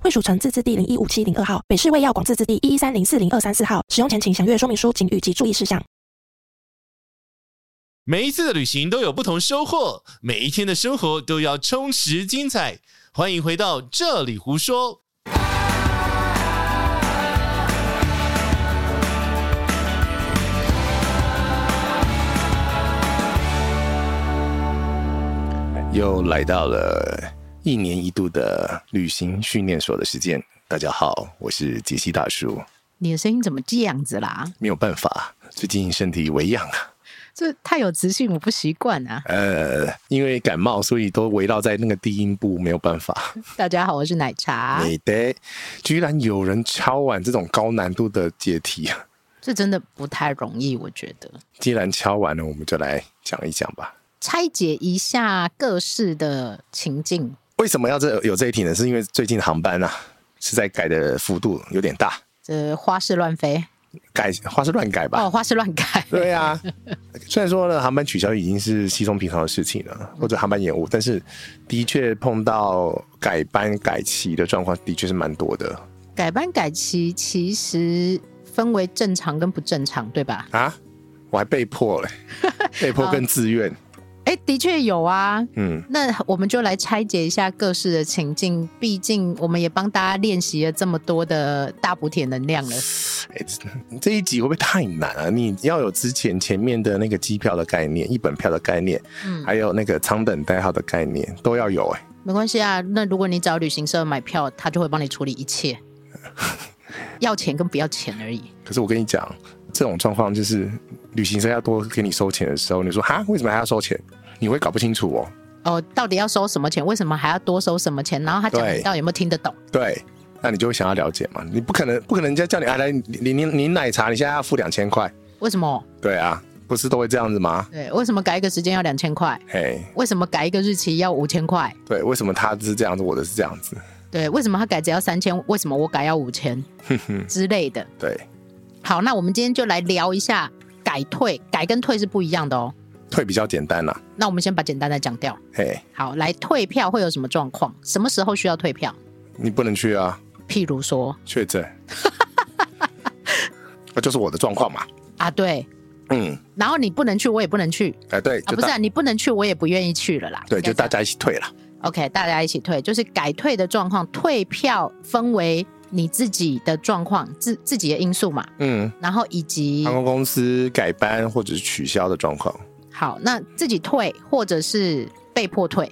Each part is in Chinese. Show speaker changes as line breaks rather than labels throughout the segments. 惠蜀城自治地零一五七零二号，北市卫药广自治地一一三零四零二三四号。使用前请详阅说明书、警语及注意事项。
每一次的旅行都有不同收获，每一天的生活都要充实精彩。欢迎回到这里胡说。
又来到了一年一度的旅行训练所的时间。大家好，我是杰西大叔。
你的声音怎么这样子啦？
没有办法，最近身体为恙啊，
这太有磁性，我不习惯啊。
呃，因为感冒，所以都围绕在那个低音部，没有办法。
大家好，我是奶茶，
你的，居然有人敲完这种高难度的阶梯啊！
这真的不太容易，我觉得。
既然敲完了，我们就来讲一讲吧。
拆解一下各式的情境，
为什么要这有这一题呢？是因为最近航班啊是在改的幅度有点大，
这花式乱飞
改花是乱改吧？
哦，花式乱改，
对啊，虽然说呢，航班取消已经是稀松平常的事情了，或者航班延误，但是的确碰到改班改期的状况，的确是蛮多的
改班改期其实分为正常跟不正常，对吧？
啊！我还被迫嘞，被迫跟自愿，
哎，的确有啊。
嗯，
那我们就来拆解一下各式的情境，毕竟我们也帮大家练习了这么多的大补铁能量了。
哎、这这一集会不会太难啊？你要有之前前面的那个机票的概念、一本票的概念，
嗯
还有那个舱等代号的概念都要有哎、
没关系啊，那如果你找旅行社买票，他就会帮你处理一切，要钱跟不要钱而已。
可是我跟你讲，这种状况就是旅行社要多给你收钱的时候，你说哈，为什么还要收钱？你会搞不清楚哦。
哦，到底要收什么钱？为什么还要多收什么钱？然后他讲
对
你到底有没有听得懂？
对，那你就会想要了解嘛。你不可能，不可能人家叫你啊，来，你你你你奶茶，你现在要付两千块。
为什么？
对啊，不是都会这样子吗？
对，为什么改一个时间要两千块？
嘿，
为什么改一个日期要五千块？
对，为什么他是这样子，我的是这样子？
对，为什么他改只要三千？为什么我改要五千？之类的。
对，
好，那我们今天就来聊一下改退，改跟退是不一样的哦。
退比较简单啦、
那我们先把简单的讲掉。
嘿，
好，来退票会有什么状况？什么时候需要退票？
你不能去啊，
譬如说
确诊。 那就是我的状况嘛。
啊，对，
嗯，
然后你不能去，我也不能去
哎、对，
啊，
就
不是
大、
啊，你不能去，我也不愿意去了啦。
对，就
应该
大家一起退了。
这样 OK，大家一起退，就是改退的状况，退票分为你自己的状况，自自己的因素嘛，
嗯，
然后以及
航空公司改班或者是取消的状况。
好，那自己退或者是被迫退，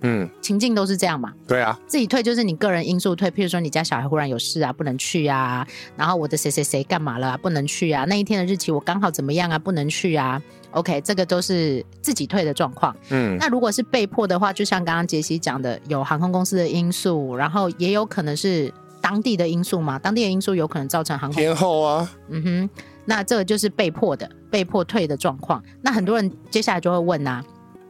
嗯，
情境都是这样嘛。
对啊，
自己退就是你个人因素退，譬如说你家小孩忽然有事啊，不能去啊，然后我的谁谁谁干嘛了、啊，不能去啊，那一天的日期我刚好怎么样啊，不能去啊。OK，这个都是自己退的状况。
嗯，
那如果是被迫的话，就像刚刚杰西讲的，有航空公司的因素，然后也有可能是当地的因素嘛，当地的因素有可能造成航空，
天后啊，
嗯哼，那这个就是被迫的、被迫退的状况。那很多人接下来就会问啊，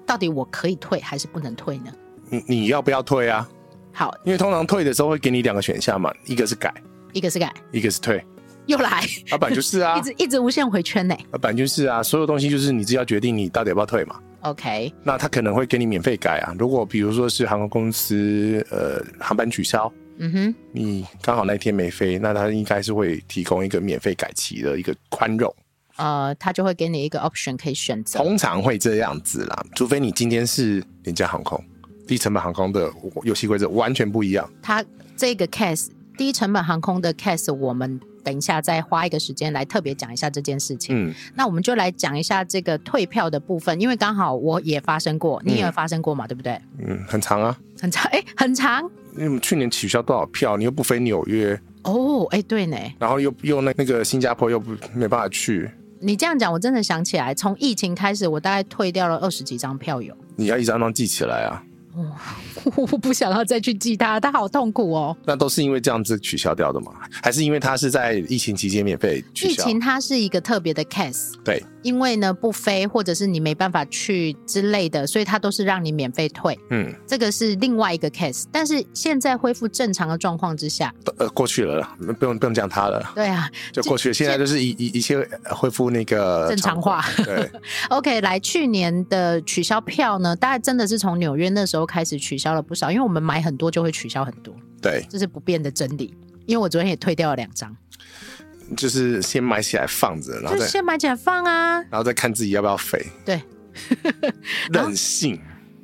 到底我可以退还是不能退呢？
你你要不要退啊？
好，
因为通常退的时候会给你两个选项嘛，一个是改，
一个是改，
一个是 退。
又来，
啊，本来就是啊
一，直一直无限回圈呢、
啊，本来就是啊，所有东西就是你自己要决定你到底要不要退嘛。
OK，
那他可能会给你免费改啊。如果比如说是航空公司呃航班取消，
嗯哼，
你刚好那天没飞，那他应该是会提供一个免费改期的一个宽容，
呃，他就会给你一个 option 可以选择。
通常会这样子啦。除非你今天是廉价航空、低成本航空的游戏规则完全不一样。
它这个 case 低成本航空的 case，我们等一下再花一个时间来特别讲一下这件事情。
嗯，
那我们就来讲一下这个退票的部分，因为刚好我也发生过，你也有发生过嘛，对不对？
嗯，很长啊。
很长，哎、很长
因为去年取消多少票，你又不飞纽约，
哦，哎、对呢，
然后又又那那个新加坡又不没办法去，
你这样讲，我真的想起来，从疫情开始，我大概退掉了二十几张票友。
你要一张张记起来啊。
我不想要再去记它，它好痛苦哦。
那都是因为这样子取消掉的吗？还是因为它是在疫情期间免费取
疫
消？
情它是一个特别的 case，
对，
因为呢不飞或者是你没办法去之类的，所以它都是让你免费退，
嗯，
这个是另外一个 case。但是现在恢复正常的状况之下，
都呃，过去了啦，不用不用讲它了，
对啊
就过去了。现在就是一一一切恢复那个
正常化
常对，
，OK，来去年的取消票呢，大概真的是从纽约那时候开始取消了不少，因为我们买很多就会取消很多，
对，
这是不变的真理。因为我昨天也退掉了两张，
就是先买起来放着，然后
就
再
是先买起来放啊。
然后再看自己要不要飞。
对， 嗯
任性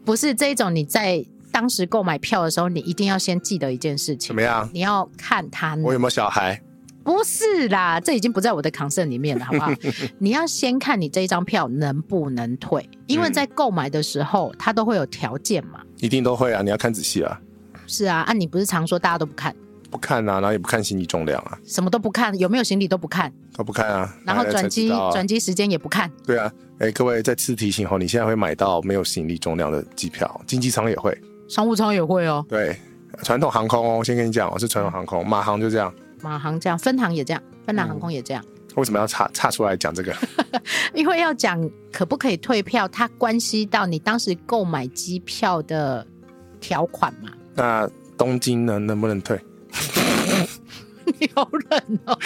不是这一种，你在当时购买票的时候，你一定要先记得一件事
怎
情
么，样？
你要看它
我有没有小孩？
不是啦，这已经不在我的 concern 里面了，好 不好？你要先看你这一张票能不能退，因为在购买的时候，它都会有条件嘛。
一定都会啊！你要看仔细啊，
是啊，啊，你不是常说大家都不看，
不看啊，然后也不看行李重量啊，
什么都不看，有没有行李都不看，
都不看啊。
然后
买了
转
才
机、
知道啊
转机时间也不看。
对啊，哎，各位再次提醒哦，你现在会买到没有行李重量的机票，经济舱也会。
商务舱也会哦，
对，传统航空哦，先跟你讲哦，是传统航空，马航就这样。
马航这样，分航也这样，芬兰航
嗯
空也这样，
为什么要岔岔出来讲这个？
因为要讲可不可以退票，它关系到你当时购买机票的条款嘛。
那东京呢，能不能退？
你好冷哦，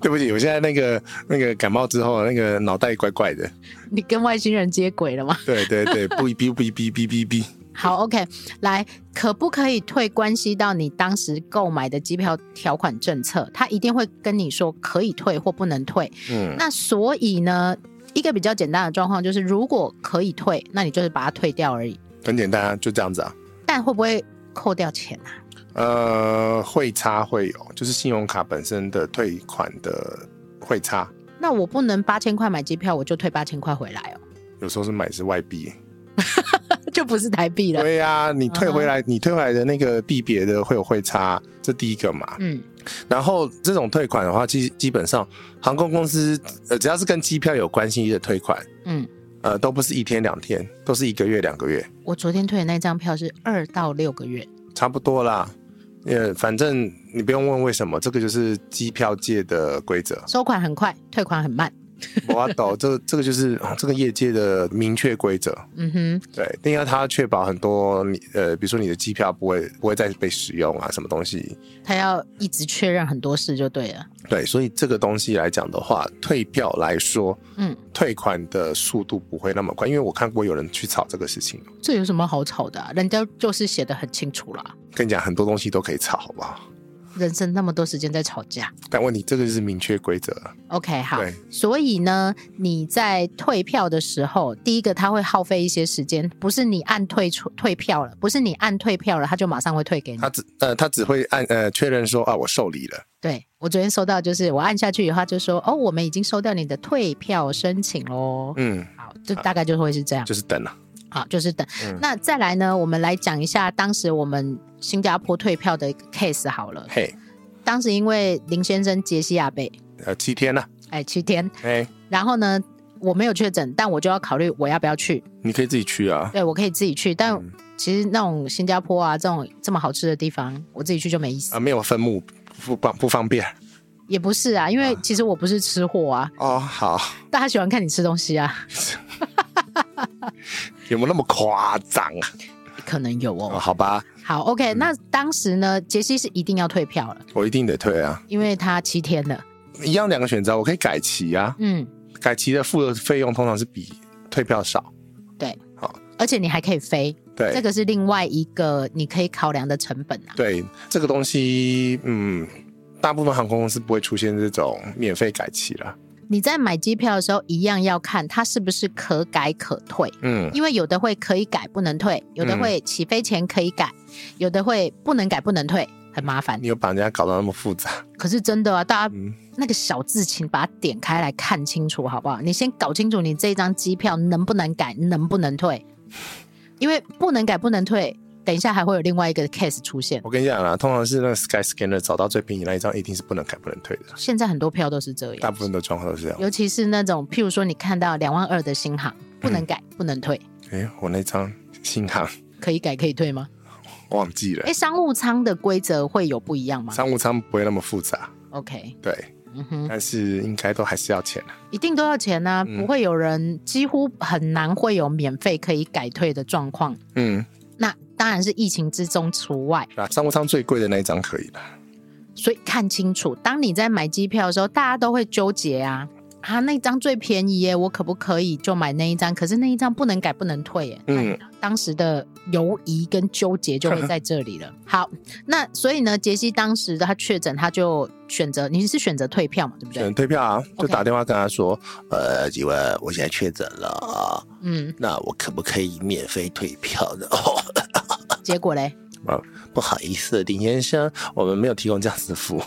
对不起，我现在那个那个感冒之后，那个脑袋怪怪的。
你跟外星人接轨了吗？
对对对，不一哔不一哔哔哔哔。
好，OK，来，可不可以退？关系到你当时购买的机票条款政策，他一定会跟你说可以退或不能退。
嗯，
那所以呢，一个比较简单的状况就是，如果可以退，那你就是把它退掉而已。
很简单啊，就这样子啊。
但会不会扣掉钱啊？
呃，汇差会有，就是信用卡本身的退款的汇差，
那我不能八千块买机票，我就退八千块回来哦，
有时候是买是外币。
就不是台币了。
对呀、你退回来，你退回来的那个币别的会有汇差，这第一个嘛。
嗯，
然后这种退款的话，基基本上航空公司呃，只要是跟机票有关系的退款，
嗯，
呃，都不是一天两天，都是一个月两个月，
我昨天退的那张票是二到六个月，
差不多啦。呃，反正你不用问为什么，这个就是机票界的规则。
收款很快，退款很慢。
我懂，这这个就是哦这个业界的明确规则。
嗯哼，
对，另外它确保很多你呃，比如说你的机票不会不会再被使用啊，什么东西。
他要一直确认很多事就对了。
对，所以这个东西来讲的话，退票来说，
嗯，
退款的速度不会那么快，因为我看过有人去吵这个事情。
这有什么好吵的、啊？人家就是写的很清楚啦。
跟你讲，很多东西都可以吵，好不好？
人生那么多时间在吵架
但问题这个就是明确规则，
，OK，好
对。
所以呢，你在退票的时候，第一个它会耗费一些时间，不是你按退出退票了，不是你按退票了，它就马上会退给你
他。只呃他只会按呃确认说啊我受理了，
对我昨天收到，就是我按下去以后，它就说哦，我们已经收到你的退票申请喽。
嗯，啊
好，就大概就会是这样。
就是嗯等了。
好，就是等。那再来呢，我们来讲一下当时我们新加坡退票的一个 case 好了。
嘿，
当时因为林先生杰西亚被
呃七天了，
哎七天，
嘿，
然后呢，我没有确诊，但我就要考虑我要不要去。
你可以自己去啊，
对我可以自己去，但其实那种新加坡啊，这种这么好吃的地方，我自己去就没意思。
啊没有分母不方不方便
也不是啊，因为其实我不是吃货啊，
哦，好，
大家喜欢看你吃东西啊，
有没有那么夸张啊？
可能有
哦，
哦。
好吧，
好，OK，那当时呢，杰西是一定要退票了，
我一定得退啊，
因为他七天了。
一样两个选择，我可以改期啊，
嗯，
改期的付的费用通常是比退票少，
对。
好，
而且你还可以飞，
对，
这个是另外一个你可以考量的成本啊。
对这个东西，嗯，大部分航空公司不会出现这种免费改期了，
你在买机票的时候，一样要看它是不是可改可退。
嗯，
因为有的会可以改不能退，有的会起飞前可以改，有的会不能改不能退，很麻烦
你。有把人家搞到那么复杂，
可是真的啊，大家
嗯
那个小字请把它点开来看清楚，好不好？你先搞清楚你这张机票能不能改，能不能退，因为不能改不能退，等一下还会有另外一个 case 出现。
我跟你讲啦，通常是那个 Skyscanner 找到最便宜那一张，一定是不能改、不能退的，
现在很多票都是这
大
样
部，分的状况都是这样。
尤其是那种
嗯
譬如说你看到两万二的新航，不能改不能退，
诶，我那张新航
可以改可以退吗？
忘记了
哎，。商务舱的规则会有不一样吗
商务舱不会那么复杂，
？OK，
对，
嗯哼，
但是应该都还是要钱啊的。
一定都要钱呐、
嗯
不会有人，几乎很难会有免费可以改退的状况。
嗯，
那当然是疫情之中除外，
那商务舱最贵的那一张可以吧？
所以看清楚，当你在买机票的时候，大家都会纠结啊啊，那一张最便宜耶，我可不可以就买那一张？可是那一张不能改，不能退耶。
嗯，
当时的犹疑跟纠结就会在这 里了。好，那所以呢，杰西当时他确诊，他就选择你是选择退票嘛，对不对
选？退票啊，就
OK
打电话跟他说，呃，请问我现在确诊了啊，
嗯，
那我可不可以免费退票呢？ 哦，
结果嘞
不好意思，林先生，我们没有提供这样子的 服务。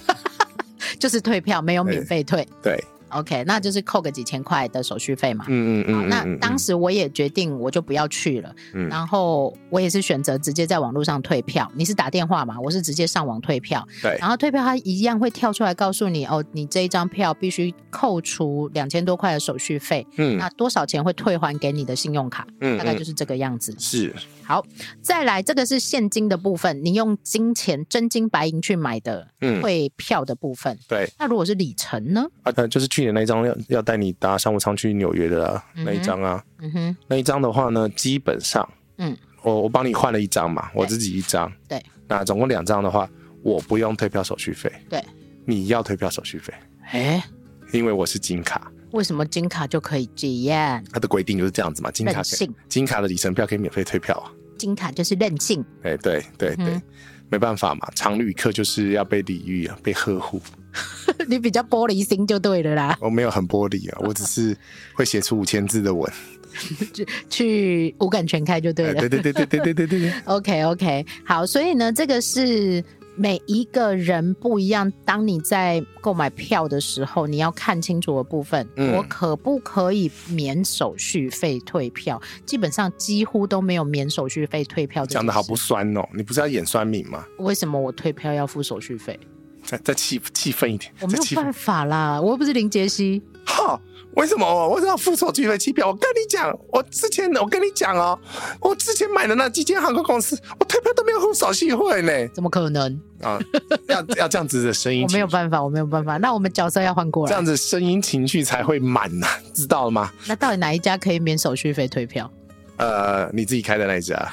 就是退票，没有免费退。
对，
OK，那就是扣个几千块的手续费嘛。
嗯嗯
好，
嗯，
那
嗯嗯
当时我也决定，我就不要去了。
嗯
然后我也是选择直接在网络上退票。你是打电话嘛？我是直接上网退票。
对
然后退票它一样会跳出来告诉你，哦，你这一张票必须扣除两千多块的手续费，
嗯
那多少钱会退还给你的信用卡？
嗯
大概就是是这个样子。
是
好，再来这个是现金的部分，你用金钱真金白银去买的
嗯
退票的部分。
对
那如果是里程呢？
啊，呃就是去年那一张要要带你搭商务舱去纽约的啊那一张啊，
嗯哼，
那一张的话呢，基本上，
嗯，
我我帮你换了一张嘛，我自己一张，
对，
那总共两张的话，我不用退票手续费，
对，
你要退票手续费，
哎，
因为我是金卡，
为什么金卡就可以这样？
它的规定就是这样子嘛，金卡
任
可以
性，
金卡的里程票可以免费退票啊，
金卡就是任性。
哎，对对对，
嗯
没办法嘛，常旅客就是要被礼遇啊，被呵护，
你比较玻璃心就对了啦。
我没有很玻 璃啊，我只是会写出五千字的文，
去五感全开就对
哎
了。
对对对对对对对对对，
OK OK，好，所以呢，这个是每一个人不一样。当你在购买票的时候，你要看清楚的部分，
嗯
我可不可以免手续费退票？基本上几乎都没有免手续费退票。
讲的好不？酸哦，你不是要演酸民吗？
为什么我退票要付手续费？
再再气气愤一点，
我没
再气
有
愤
办法啦，我又不是林杰西。
哈，为什么我我要付手续费机票？我跟你讲，我之前我跟你讲哦，我之前买的那几间航空公司，我退票都没有付手续费呢。
怎么可能？
啊，要 要这样子的声音
我
情绪，
没有办法，我没有办法。那我们角色要换过
这
来
样。子声音情绪才会满呐、知道了吗？
那到底哪一家可以免手续费退票？
呃，你自己开的那一家，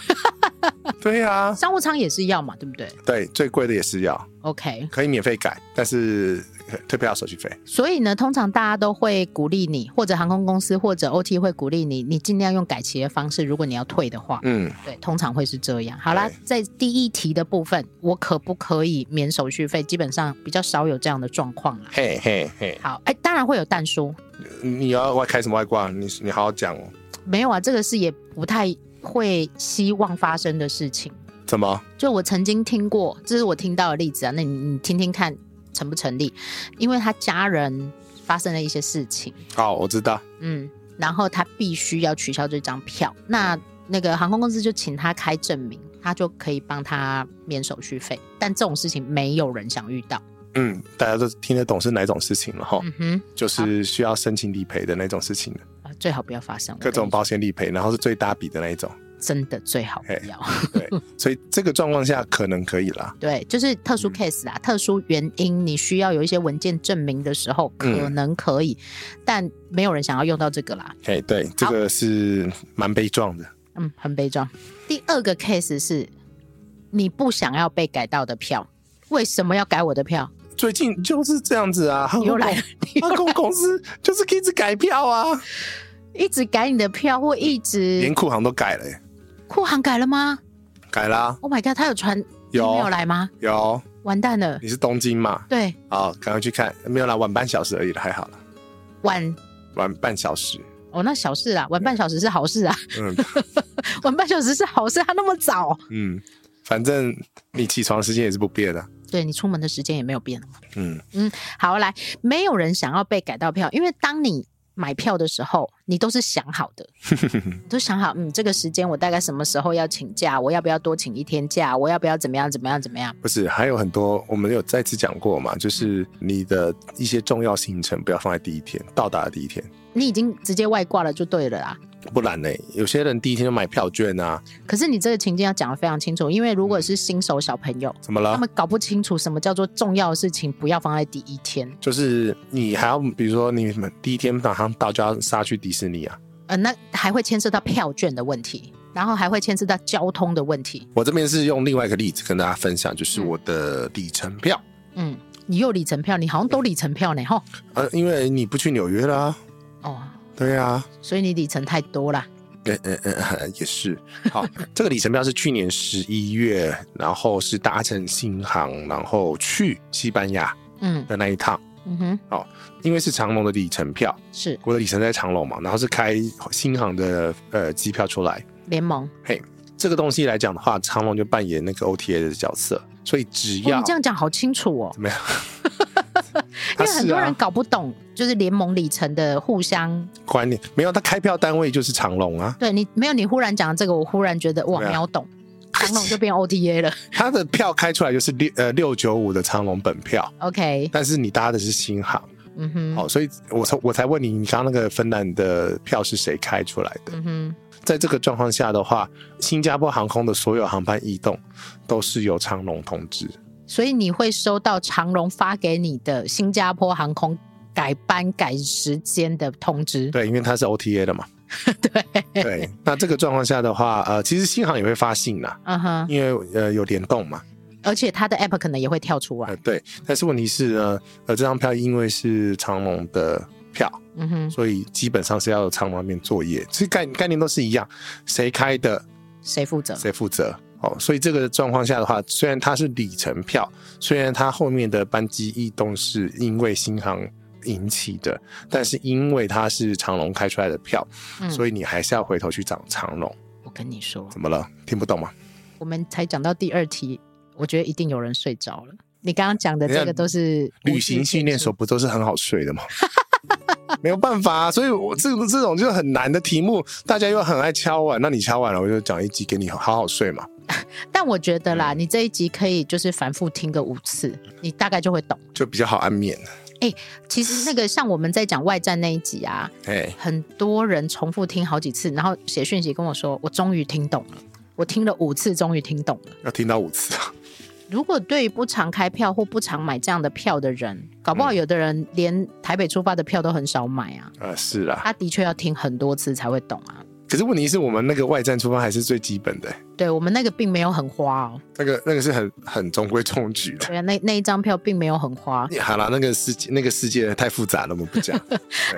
对呀、啊，
商务舱也是要嘛，对不对
对，最贵的也是要
？OK，
可以免费改，但是呃退票要手续费。
所以呢，通常大家都会鼓励你，或者航空公司或者 OT 会鼓励你，你尽量用改期的方式。如果你要退的话，
嗯，
对，通常会是这样。好啦
对，
在第一题的部分，我可不可以免手续费？基本上比较少有这样的状况啦。
嘿嘿嘿，
好，哎，当然会有蛋书，
你要外开什么外挂？你你好好讲哦。
没有啊，这个是也不太会希望发生的事情。
怎么？
就我曾经听过，这是我听到的例子啊，那你你听听看成不成立？因为他家人发生了一些事情，
好，哦我知道。
嗯，然后他必须要取消这张票，那那个航空公司就请他开证明，他就可以帮他免手续费。但这种事情没有人想遇到，
嗯，大家都听得懂是哪种事情了哈。
嗯哼，
就是需要申请理赔的那种事情，
啊最好不要发生，
各种保险理赔，然后是最大笔的那一种。
我跟你真的最好不要。
对，所以这个状况下可能可以啦。
对，就是特
嗯
殊 case 啦，特殊原因你需要有一些文件证明的时候，可
嗯
能可以，但没有人想要用到这个啦。
哎，对，这个是蛮悲壮的。
嗯，很悲壮。第二个 case 是你不想要被改到的票，为什么要改我的票？
最近就是这样子啊，航
又
空
来了，
航空公司就是一直改票啊，
一直改你的票，或一
连
直
库航都改了耶，
库航改了吗
改啦。
？Oh my god，他有传
有
没有来吗？
有，
完蛋了，
你是东京嘛？
对，
好，赶快去看，没有啦，晚半小时而已了，还好啦，
晚
晚半小时。
哦那小事啦，晚半小时是好事啊，
嗯
晚半小时是好事，他那么早，
嗯，反正你起床时间也是不变的。
对你出门的时间也没有变。
嗯，
好，来，没有人想要被改到票，因为当你买票的时候，你都是想好的，你都想好，嗯，这个时间我大概什么时候要请假，我要不要多请一天假，我要不要怎么样怎么样怎么样？
不是，还有很多，我们有再次讲过嘛，就是你的一些重要行程不要放在第一天到达的第一天。
你已经直接外挂了就对了啦，
不然呢，有些人第一天就买票券啊，
可是你这个情境要讲的非常清楚，因为如果是新手小朋友，
怎么
他
了？
们搞不清楚什么叫做重要的事情不要放在第一天。
就是你还要，比如说你们第一天马上到就要杀去迪士尼啊。
呃，那还会牵涉到票券的问题，然后还会牵涉到交通的问题。
我这边是用另外一个例子跟大家分享，就是我的里程票。
嗯，你有里程票，你好像都里程票呢，吼。
呃，因为你不去纽约啦、
哦，
对啊，
所以你里程太多啦。
呃呃呃呃，也是。 好，这个里程票是去年十一月，然后是搭乘新航，然后去西班牙
嗯
的那一趟，
嗯哼，
因为是长龙的里程票，
是
我的里程在长龙嘛，然后是开新航的呃机票出来。
联盟。
这个东西来讲的话，长龙就扮演那个 OTA 的角色，所以只
我
要、
哦们这样讲好清楚哦，
怎 么样，
因
他
为很
是
多
啊
人搞不懂，就是联盟里程的互相。
观念没有，他开票单位就是长龙啊，
对你没有，你忽然讲这个，我忽然觉得哇，
对啊
秒懂，长龙 就变 OTA 了。
他的票开出来就是六呃六九五的长龙本票，
OK，
但是你搭的是新航。哦
嗯哼，
好，所以我才我才问你，你刚刚那个芬兰的票是谁开出来的？
嗯哼，
在这个状况下的话，新加坡航空的所有航班异动都是由长龙通知。
所以你会收到长荣发给你的新加坡航空改班改时间的通知。
对，因为它是 OTA 的嘛。对对，那这个状况下的话，呃，其实新航也会发信啦，
嗯哼，
因为呃有联动嘛。
而且它的 app 可能也会跳出来
呃，。对，但是问题是呢，呃，这张票因为是长龙的票，
嗯哼，
所以基本上是要由长龙那边作业，其实概概念都是一样，谁开的
谁负责？
谁负责。哦，所以这个状况下的话，虽然它是里程票，虽然它后面的班机异动是因为新航引起的，但是因为它是长龙开出来的票，
嗯
所以你还是要回头去找长龙。
我跟你说，
怎么了？听不懂吗？
我们才讲到第二题，我觉得一定有人睡着了。你刚刚讲的这个都是
旅行训练所不都是很好睡 的吗？没有办法、啊，所以我这种这种就是很难的题目，大家又很爱敲碗，那你敲碗了，我就讲一集给你好好睡嘛，
但我觉得
嗯
啦，你这一集可以就是反复听个五次，你大概就会懂。
就比较好安眠。
其实那个像我们在讲外战那一集啊，
哎，
很多人重复听好几次，然后写讯息跟我说，我终于听懂了，我听了五次，终于听懂了。
要听到五次啊！
如果对于不常开票或不常买这样的票的人，搞
嗯
不好有的人连台北出发的票都很少买啊，
啊、是啦，
他的确要听很多次才会懂啊。
可是问题是我们那个外站出发还是最基本的、
对我们那个并没有很花 哦，
那个那个是很很中规中矩的。
对啊，那那一张票并没有很花。
好啦，那个世界那个世界太复杂了，我们不 讲。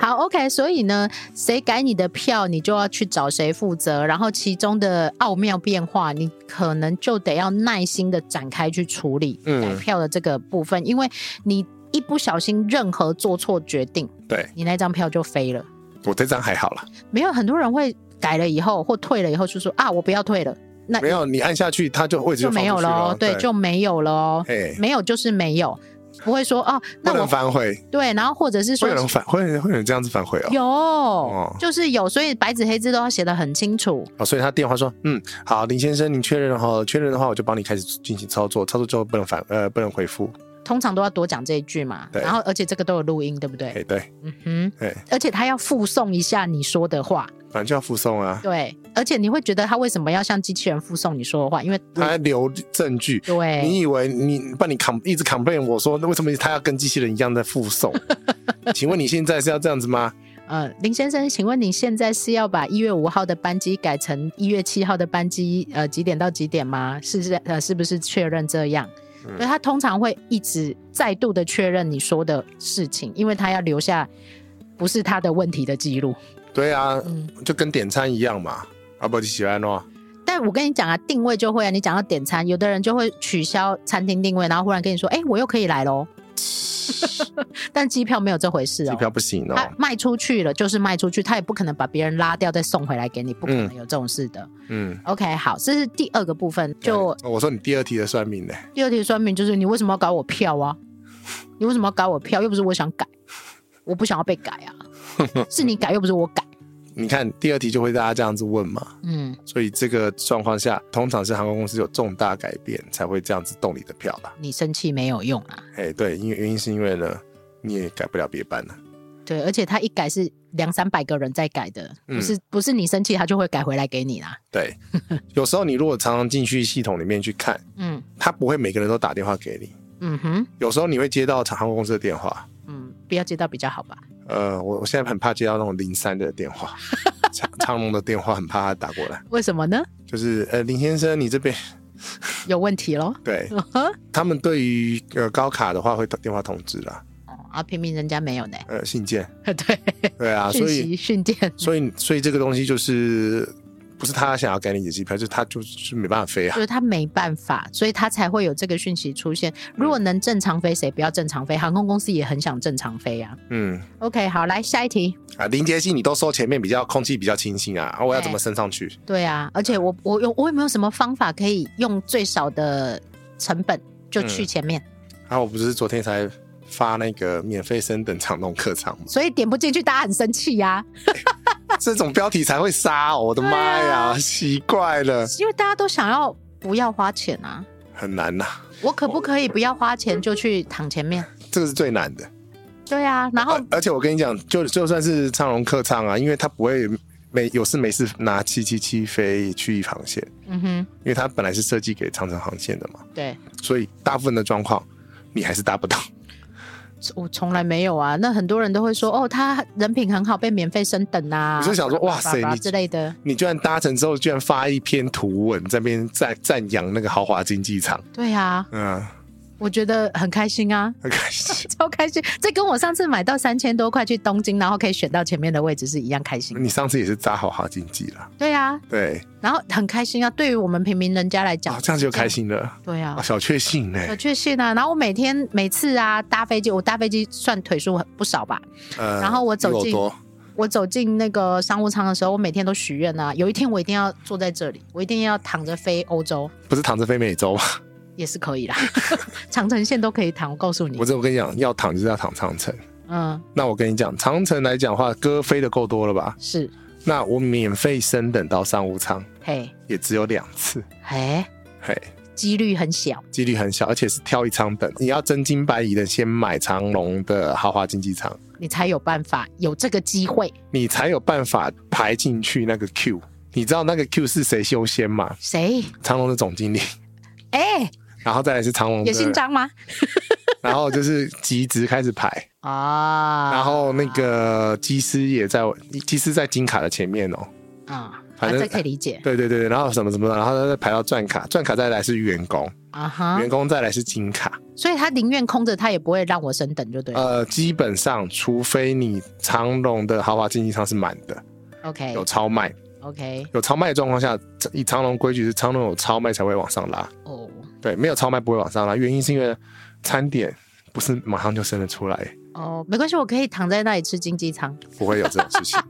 好，OK，所以呢，谁改你的票，你就要去找谁负责，然后其中的奥妙变化，你可能就得要耐心的展开去处理
嗯
改票的这个部分，因为你一不小心任何做错决定，
对
你那张票就飞了。
我这张还好啦，
没有很多人会改了以后或退了以后就说啊，我不要退了，那
没有你按下去，它就位置
就没有
了、
喽，对，就没有喽，
哎，
没有就是没有，不会说哦，
不
那
能
我
反悔，
对，然后或者是
会
说
有人反会会有人这样子反悔哦。
有、
哦
就是有，所以白纸黑字都要写的很清楚。
哦，所以他电话说，嗯，好，林先生，你确认了哈，确认的话，我就帮你开始进行操作，操作之后不能反呃不能回复，
通常都要多讲这一句嘛，
对
然后而且这个都有录音，对不
哎
对？
对，
嗯
对
哼，而且他要附送一下你说的话，
反正就要附送啊，
对，而且你会觉得他为什么要向机器人附送你说的话？因为
他还留证据。
对，
你以为你帮你 com 一直 complain 我说，那为什么他要跟机器人一样在附送？ 请问你现在是要这样子吗？
呃，林先生，请问你现在是要把一月五号的班机改成一月七号的班机，呃，几点到几点吗？是是呃，是不是确认这样？所以他通常会一直再度的确认你说的事情，因为他要留下不是他的问题的记录。
对啊，
嗯
就跟点餐一样嘛。啊不，你喜欢哦，
但我跟你讲啊，定位就会啊，你讲到点餐，有的人就会取消餐厅定位，然后忽然跟你说，哎、我又可以来喽。 但机票没有这回事哦，
机票不行
他
哦。
卖出去了就是卖出去，他也不可能把别人拉掉再送回来给你，不可能有这种事的。
嗯，哦
OK，好，这是第二个部分。就
我说你第二题的算命呢，
第二题说明就是你为什么要搞我票啊？你为什么要搞我票？又不是我想改，我不想要被改 啊，是你改又不是我改。
你看第二题就会大家这样子问嘛，
嗯，
所以这个状况下，通常是航空公司有重大改变才会这样子动你的票啦。
你生气没有用啊。
哎，对，因为原因是因为呢，你也改不了别班了，
对，而且他一改是两三百个人在改的，
嗯
不是不是你生气他就会改回来给你啦。
对，有时候你如果常常进去系统里面去看，
嗯
他不会每个人都打电话给你，
嗯哼，
有时候你会接到航空公司的电话。
嗯，不要接到比较好吧？
呃，我我现在很怕接到那种零三的电 话，长长龙的电话，很怕他打过来，
为什么呢？
就是呃，林先生，你这边
有问题喽？
对
嗯哼
他们对于呃高卡的话会打电话通知啦，
哦啊，平民人家没有呢。
呃，信件，
对，
对啊，
讯
所以
息训练，
所以所以这个东西就是不是他想要改你的机票，就是他就是没办法飞啊
就。是他没办法，所以他才会有这个讯息出现。如
嗯
果能正常飞，谁不要正常飞？航空公司也很想正常飞啊。
嗯
OK，好，来下一题。
啊，林杰信你都说前面比较空气比较清新啊，啊我要怎么升上去？
对啊，而且我我有我有没有什么方法可以用最少的成本就去
嗯
前面？
啊，我不是昨天才发那个免费升等长龙客舱 吗？
所以点不进去，大家很生气呀、
这种标题才会杀哦、我的妈呀，
啊
奇怪了，
因为大家都想要不要花钱啊。
很难呐、
我可不可以不要花钱就去躺前面？
这个是最难的。
对啊，然后
而而且我跟你讲，就就算是长龙客舱啊，因为他不会没有事没事拿七七七飞去航线，
嗯哼，
因为它本来是设计给长城航线的嘛，
对
所以大部分的状况你还是搭不到。
我从来没有啊。那很多人都会说，哦，他人品很好，被免费升等啊。
我就想说哇塞
叭叭
你
之类的，
你居然搭乘之后，居然发一篇图文在那边赞赞扬那个豪华经济舱，
对啊，
嗯，
我觉得很开心啊，
很开心。
超开心。这跟我上次买到三千多块去东京，然后可以选到前面的位置是一样开心。
你上次也是搭豪华经济啦，
对啊，
对，
然后很开心啊。对于我们平民人家来讲，
哦，这样就开心了，
对啊
啊，，小确幸呢，
有确信啊。然后我每天每次啊搭飞机，我搭飞机算腿数很不少吧。
呃，
然后我走进
比多
我走进那个商务舱的时候，我每天都许愿啊，有一天我一定要坐在这里，我一定要躺着飞欧洲
不是躺着飞美洲吗？
也是可以啦， 长城线都可以躺。我告诉你
我，这我跟你讲，要躺就是要躺长城。
嗯，
那我跟你讲，长城来讲的话，歌飞的够多了吧？
是，
那我免费升等到商务舱
嘿，
也只有两次，
嘿，
嘿，
几率很小，
几率很小，而且是挑一舱等。你要真金白银的先买长龙的豪华经济舱，
你才有办法有这个机会。
你才有办法排进去那个 Q。你知道那个 Q 是谁修仙吗？
谁？
长龙的总经理，
哎、
然后再来是长龙的，
也姓张吗？
然后就是集资开始排，
啊，
然后那个机师也在，机师在金卡的前面哦。
啊，
反
反
正
正、这可以理解
对对对，对然后什么什么的，然后再排到钻卡，钻卡再来是员工，
啊哈
员，工再来是金卡。
所以他宁愿空着，他也不会让我升等，就对了。
呃，基本上除非你长龙的豪华经济舱是满的，
OK
呃有超卖，
OK，
有超卖的状况下，以长隆规矩是长隆有超卖才会往上拉，
哦，
对，没有超卖不会往上拉。原因是因为餐点不是马上就生得出来，
哦，没关系，我可以躺在那里吃经济舱。
不会有这种事情，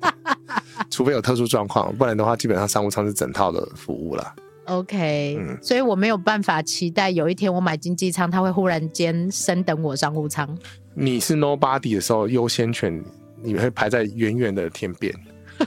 除非有特殊状况，不然的话基本上商务舱是整套的服务啦。
OK，、
嗯
所以我没有办法期待有一天我买经济舱，它会忽然间升等我商务舱。
你是 nobody 的时候，优先权你会排在远远的天边，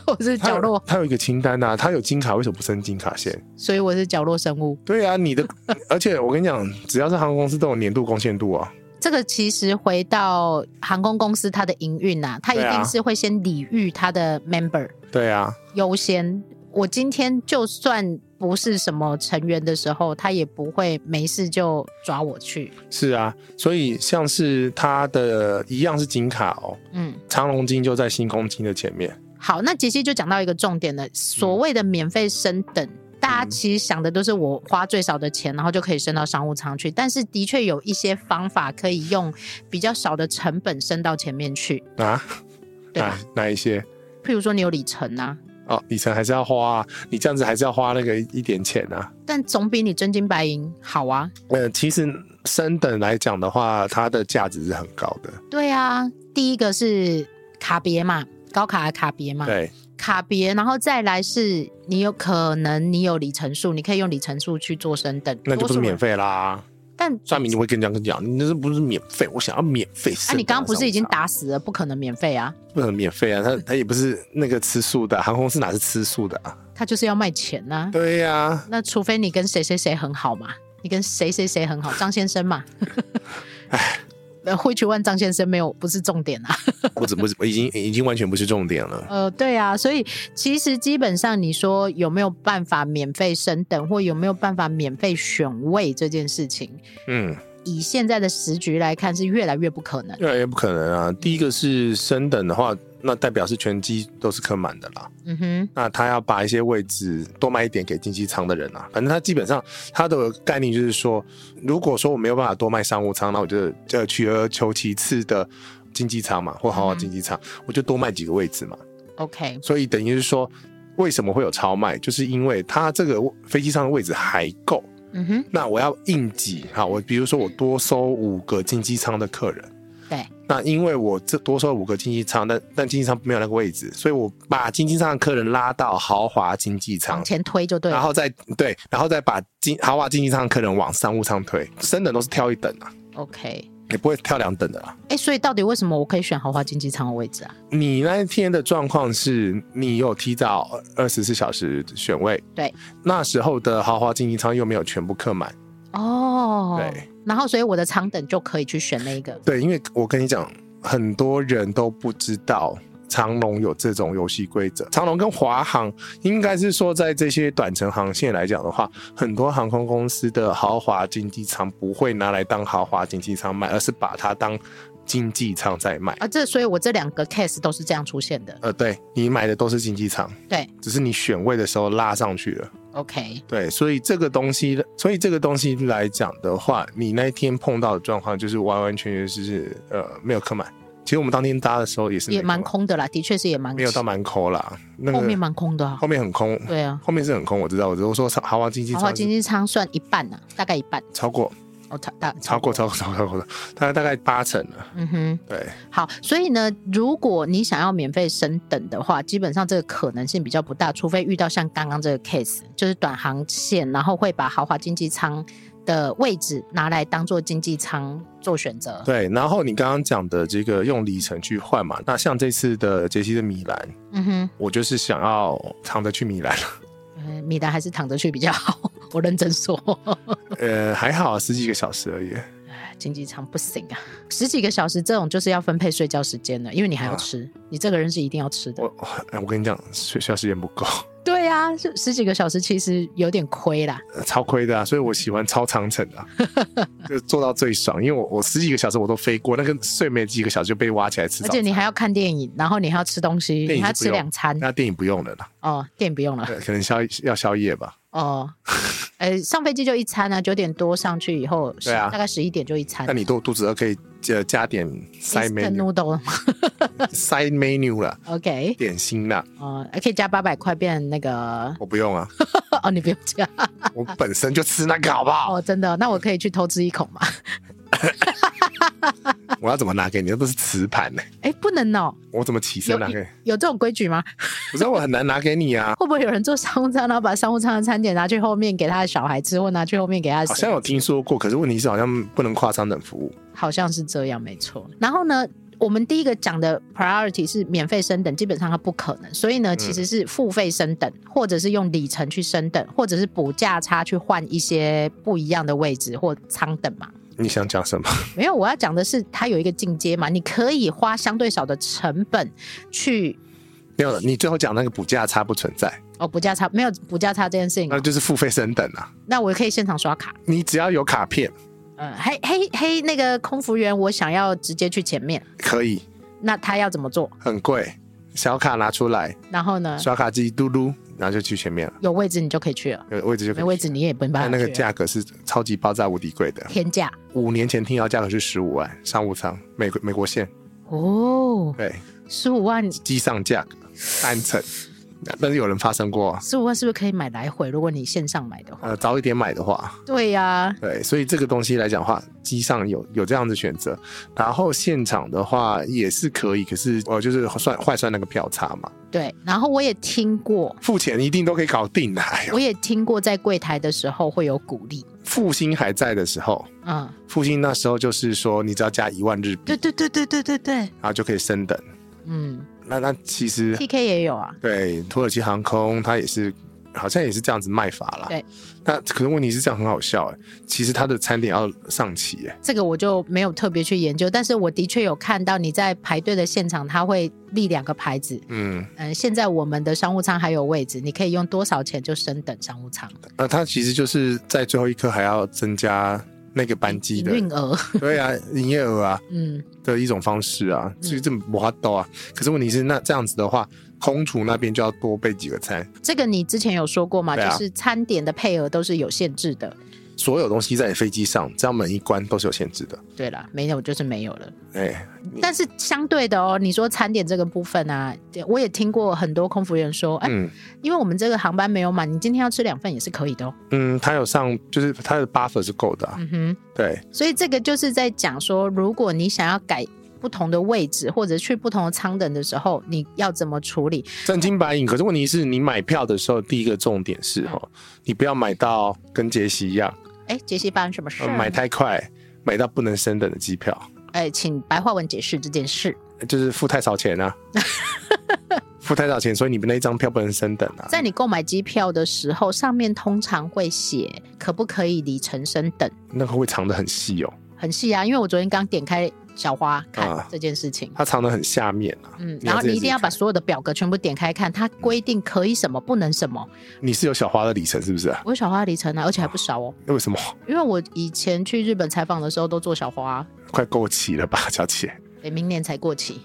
我是
它有
角落，
它有一个清单呐、啊，它有金卡，为什么不升金卡线？
所以我是角落生物。
对啊，你的， 而且我跟你讲，只要是航空公司都有年度贡献度啊，
这个其实回到航空公司它的营运啊，它一
对啊
定是会先礼遇它的 member
对啊，
优先。我今天就算不是什么成员的时候，他也不会没事就抓我去。
是啊，所以像是它的一样是金卡哦，
嗯，
长龙金就在星空金的前面。
好，那杰西就讲到一个重点了，所谓的免费升等。大家其实想的都是我花最少的钱，然后就可以升到商务舱去。但是的确有一些方法可以用比较少的成本升到前面去，
啊，
对吧
哪哪一些？
譬如说你有里程啊，
哦，里程还是要花、啊，你这样子还是要花那个一点钱啊。
但总比你真金白银好啊。
呃，其实升等来讲的话，它的价值是很高的。
对啊，第一个是卡别嘛，高卡的卡别嘛，
对，
卡别，然后再来是你有可能你有里程数，你可以用里程数去做升等，
那就不
多数
是
人
免，费啦。
但
算命就会跟你讲跟你讲，你这不是免费，我想要免费升等
啊，你刚刚不是已经
上场
打死了，不可能免费啊，
不能免费啊？他他也不是那个吃素的，航空公司哪是吃素的 啊？
他就是要卖钱呐、
对呀、
那除 非你跟谁谁谁很好嘛，你跟谁谁谁很好，张先生嘛，呃会去问张先生没有，不是重点啊。
不止不止，已经已经完全不是重点了。
呃，对啊，所以其实基本上你说有没有办法免费升等，或有没有办法免费选位这件事情，
嗯，
以现在的时局来看，是越来越不可能。
越来越不可能啊。第一个是升等的话，那代表是全机都是客满的啦。
嗯哼，
那他要把一些位置多卖一点给经济舱的人啊。反正他基本上他的概念就是说，如果说我没有办法多卖商务舱，那我就就取而求其次的经济舱嘛，或豪华经济舱，我就多卖几个位置嘛。
，OK，
所以等于是说，为什么会有超卖，就是因为他这个飞机上的位置还够。
嗯哼，
那我要应急哈，我比如说我多收五个经济舱的客人，
对，
那因为我这多收五个经济舱，但但经济舱没有那个位置，所以我把经济舱的客人拉到豪华经济舱
往，前推就对
然
了。
后再对，然后再把经豪华经济舱的客人往商务舱推，升等都是跳一等啊，
OK，
也不会跳两等的啦。
哎，所以到底为什么我可以选豪华经济舱的位置啊？
你那一天的状况是你有提早二十四小时选位，
对，
那时候的豪华经济舱又没有全部客满，
哦，
对，
然后所以我的舱等就可以去选那一个。
对，因为我跟你讲，很多人都不知道长龙有这种游戏规则。长龙跟华航应该是说，在这些短程航线来讲的话，很多航空公司的豪华经济舱不会拿来当豪华经济舱卖，而是把它当经济舱在卖。
啊，这所以我这两个 case 都是这样出现的。
呃，对你买的都是经济舱，
对
只是你选位的时候拉上去了。
，OK，
对，所以这个东西，所以这个东西来讲的话，你那一天碰到的状况就是完完全全是呃没有客满。其实我们当天搭的时候也是没
也
客
蛮
满，
空的啦，的确是也蛮
没有到蛮空啦。那个
后面蛮空的啊
后。面很空，
对啊，
后面是很空，我知道。我只是说豪华经济
豪
舱
华
是
经济舱算一半呢、大概一半。
超过
哦，超大
超过超过超过超过，大概大概八成了。
嗯哼，
对，
好，所以呢，如果你想要免费升等的话，基本上这个可能性比较不大，除非遇到像刚刚这个 case，就是短航线，然后会把豪华经济舱的位置拿来当做经济舱做选择。
对。然后你刚刚讲的这个用里程去换嘛，那像这次的杰西的米兰，
嗯哼，
我就是想要躺着去米兰。
呃米兰还是躺着去比较好， 我认真说。
呃，还好啊十几个小时而已。
经济舱不行啊，十几个小时这种就是要分配睡觉时间的，因为你还要吃，你这个人是一定要吃的。
我哎我跟你讲，睡觉时间不够。
对啊，就十几个小时其实有点亏啦。
超亏的啊，所以我喜欢超长程的啊、就做到最爽。因为我我十几个小时我都飞过，那个睡没几个小时就被挖起来吃
而
早
且
餐。
你还要看电影，然后你还要吃东西，
电
你
影
还要
是不
吃
用
两餐
那电影不用了啦，
哦，电影不用了
对可能宵要宵夜吧。
哦。 呃，上飞机就一餐啊，九点多上去以后，
对啊
十大概十一点就一餐
那。你肚肚子饿可以呃加点 side
Instant
menu
noodle
side menu 啦，
，OK，
点心啦，
哦，还可以加八百块变那个
我不用啊，
哦，你不用加
我本身就吃那个好不好？
哦，真的，那我可以去偷吃一口吗？
我要怎么拿给你？那都是瓷盘呢、
哎，不能哦，
我怎么起
有
身拿给你？
有这种规矩吗？
不是我很难拿给你啊
。会不会有人做商务舱，然后把商务舱的餐点拿去后面给他的小孩吃，或拿去后面给他的
好
谁
像有听说过，可是问题是好像不能跨商等服务。
好像是这样，没错。然后呢，我们第一个讲的 priority 是免费升等，基本上它不可能，所以呢，
嗯
其实是付费升等，或者是用里程去升等，或者是补价差去换一些不一样的位置或舱等嘛。
你想讲什么？
没有，我要讲的是它有一个进阶嘛，你可以花相对少的成本去。
没有，你最后讲那个补价差不存在，
哦，补价差没有补价差这件事情哦、
那就是付费升等啊。
那我可以现场刷卡。
你只要有卡片
嗯，嘿嘿嘿，那个空服员，我想要直接去前面，
可以，
那他要怎么做？
很贵，小卡拿出来，
然后呢，
刷卡机嘟嘟，然后就去前面了，
有位置你就可以去了，
有位置就可以
没
去。
位置你也没办
但
法
那个
去
价格是超级爆炸无敌贵的，
天价
五年前听到价格是十五万商务舱，美国美国线，
哦，
对，
十五万，
机上价格单程，但是有人发生过，
十五万是不是可以买来回？如果你线上买的话，
呃，早一点买的话，
对呀、
对，所以这个东西来讲的话，机上有有这样的选择，然后现场的话也是可以，可是呃，就是算换算那个票差嘛，
对。然后我也听过，
付钱一定都可以搞定的，哎呦
我，也听过，在柜台的时候会有鼓励，
复兴还在的时候。
嗯，
复兴那时候就是说，你只要加一万日币，
对对对对对对对，
然后就可以升等。
嗯
那那其实
，TK 也有啊，
对土耳其航空它也是好像也是这样子卖法啦。
对，
那可是问题是这样很好笑哎、其实它的餐点要上齐哎、
这个我就没有特别去研究，但是我的确有看到你在排队的现场，它会立两个牌子。
嗯，
嗯，现在我们的商务舱还有位置，你可以用多少钱就升等商务舱
那它其实就是在最后一刻还要增加那个班机
营
的，
运额。
对啊，营业额啊
嗯，
的一种方式啊，所以这没法到啊。可是问题是，那这样子的话，空厨那边就要多备几个餐，
这个你之前有说过嘛？
对啊
就是餐点的配额都是有限制的。
所有东西在飞机上，只要门一关都是有限制的。
对了，没有就是没有了。
哎、
但是相对的哦，你说餐点这个部分啊，我也听过很多空服员说，哎、
嗯
因为我们这个航班没有满，你今天要吃两份也是可以的哦。
嗯，它有上，就是它的 buffer 是够的、啊，
嗯哼，
对，
所以这个就是在讲说，如果你想要改不同的位置或者去不同的舱等的时候，你要怎么处理？
真金白银。可是问题是你买票的时候，第一个重点是哈，你不要买到跟杰西一样，
哎，杰西发生什么事
呃
儿？
买太快，买到不能升等的机票，
哎，请白话文解释这件事。
就是付太少钱啊，付太少钱，所以你们那张票不能升等啊。
在你购买机票的时候，上面通常会写可不可以里程升等，
那个会藏得很细哦，
很细啊。因为我昨天刚点开小花看
啊
这件事情，
它藏得很下面啊。
嗯，
你要
然后
自己
你一定要
看
把所有的表格全部点开看，它规定可以什么，不能什么。
你是有小花的里程是不是、啊？
我有小花的里程啊，而且还不少哦，
为什么？
因为我以前去日本采访的时候都做小花、啊，
快过期了吧，小姐？
对，明年才过期。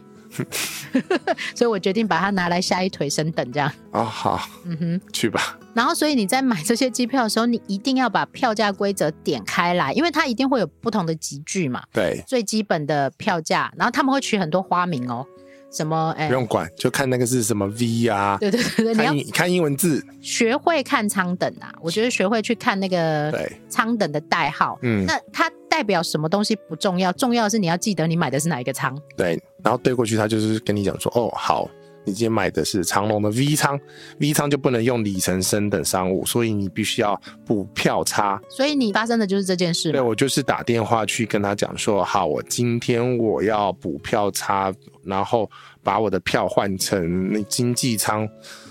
所以我决定把它拿来下一腿升等，这样。
哦，好，
嗯哼，
去吧。
然后，所以你在买这些机票的时候，你一定要把票价规则点开来，因为它一定会有不同的集聚嘛。
对，
最基本的票价，然后他们会取很多花名哦，什么哎，
不用管，就看那个是什么 V 啊，
对对对对，你
看
要
英看英文字。
学会看舱等啊，我觉得学会去看那个
对，
舱等的代号，
嗯，
那它代表什么东西不重要，重要的是你要记得你买的是哪一个舱，
对。然后对过去，他就是跟你讲说，哦，好，你今天买的是长龙的 V 舱，V 舱就不能用里程升等商务，所以你必须要补票差。
所以你发生的就是这件事
对
嘛。
我就是打电话去跟他讲说，好，我今天我要补票差，然后把我的票换成那经济舱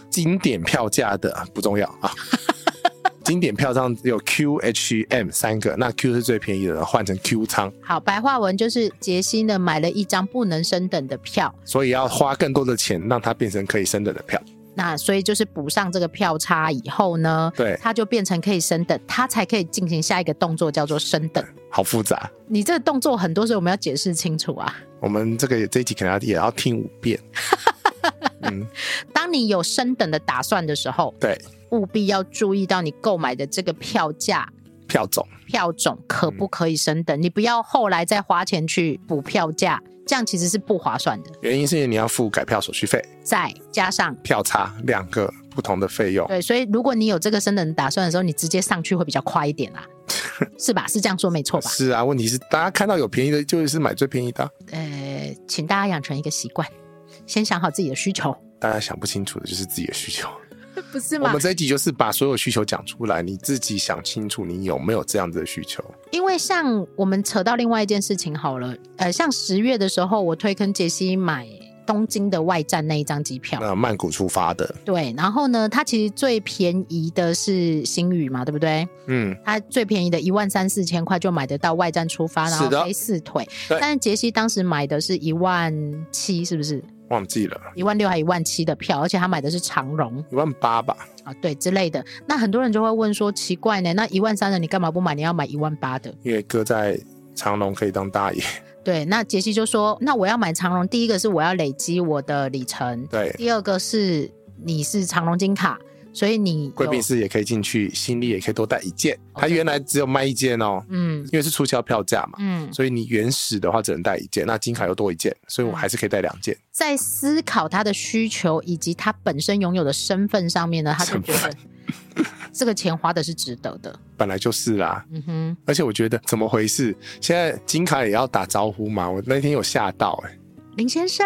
经典票价的啊不重要啊。 经典票上有 Q、H、M 三个，那 Q 是最便宜的，换成 Q 舱，
好，白话文就是杰西呢买了一张不能升等的票，
所以要花更多的钱让它变成可以升等的票。
那所以就是补上这个票差以后呢，
对
它就变成可以升等，它才可以进行下一个动作叫做升等。
好复杂，
你这个动作很多时候我们要解释清楚啊。
我们这个这一集可能要也要听五遍。嗯，
当你有升等的打算的时候，
对，
务必要注意到你购买的这个票价、
票种
票种可不可以升等，你不要后来再花钱去补票价，这样其实是不划算的。
原因是你要付改票手续费、
再加上
票差两个不同的费用。
对，所以如果你有这个升等打算的时候，你直接上去会比较快一点 啦、是吧？是这样说没错吧？
是啊，问题是大家看到有便宜的，就是买最便宜的啊、
呃，请大家养成一个习惯，先想好自己的需求，
大家想不清楚的就是自己的需求。
不是
我
吗
们？这一集就是把所有需求讲出来，你自己想清楚你有没有这样子的需求。
因为像我们扯到另外一件事情好了，呃，像十月的时候，我推坑杰西买东京的外站那一张机票，
那曼谷出发的，
对，然后呢，它其实最便宜的是星宇嘛，对不对？
嗯，
它最便宜的一万三四千块就买得到外站出发，然
是
后
的
飞四腿。
对
但是杰西当时买的是一万七，是不是？
忘记了
一万六还一万七的票，而且他买的是长荣
一万八吧？
啊，对之类的。那很多人就会问说，奇怪呢，那一万三的你干嘛不买？你要买一万八的？
因为哥在长隆可以当大爷，
对，那杰西就说：“那我要买长荣，第一个是我要累积我的里程，
对，
第二个是你是长荣金卡，所以你有
贵宾室也可以进去，行李也可以多带一件。
OK
他原来只有卖一件哦，
嗯
因为是促销票价嘛，
嗯，
所以你原始的话只能带一件，那金卡又多一件，所以我还是可以带两件。
在思考他的需求以及他本身拥有的身份上面呢，他就觉得这个钱花的是值得的。
本来就是啦，
嗯哼，
而且我觉得怎么回事？现在金卡也要打招呼嘛？我那天有吓到 哎、
林先生，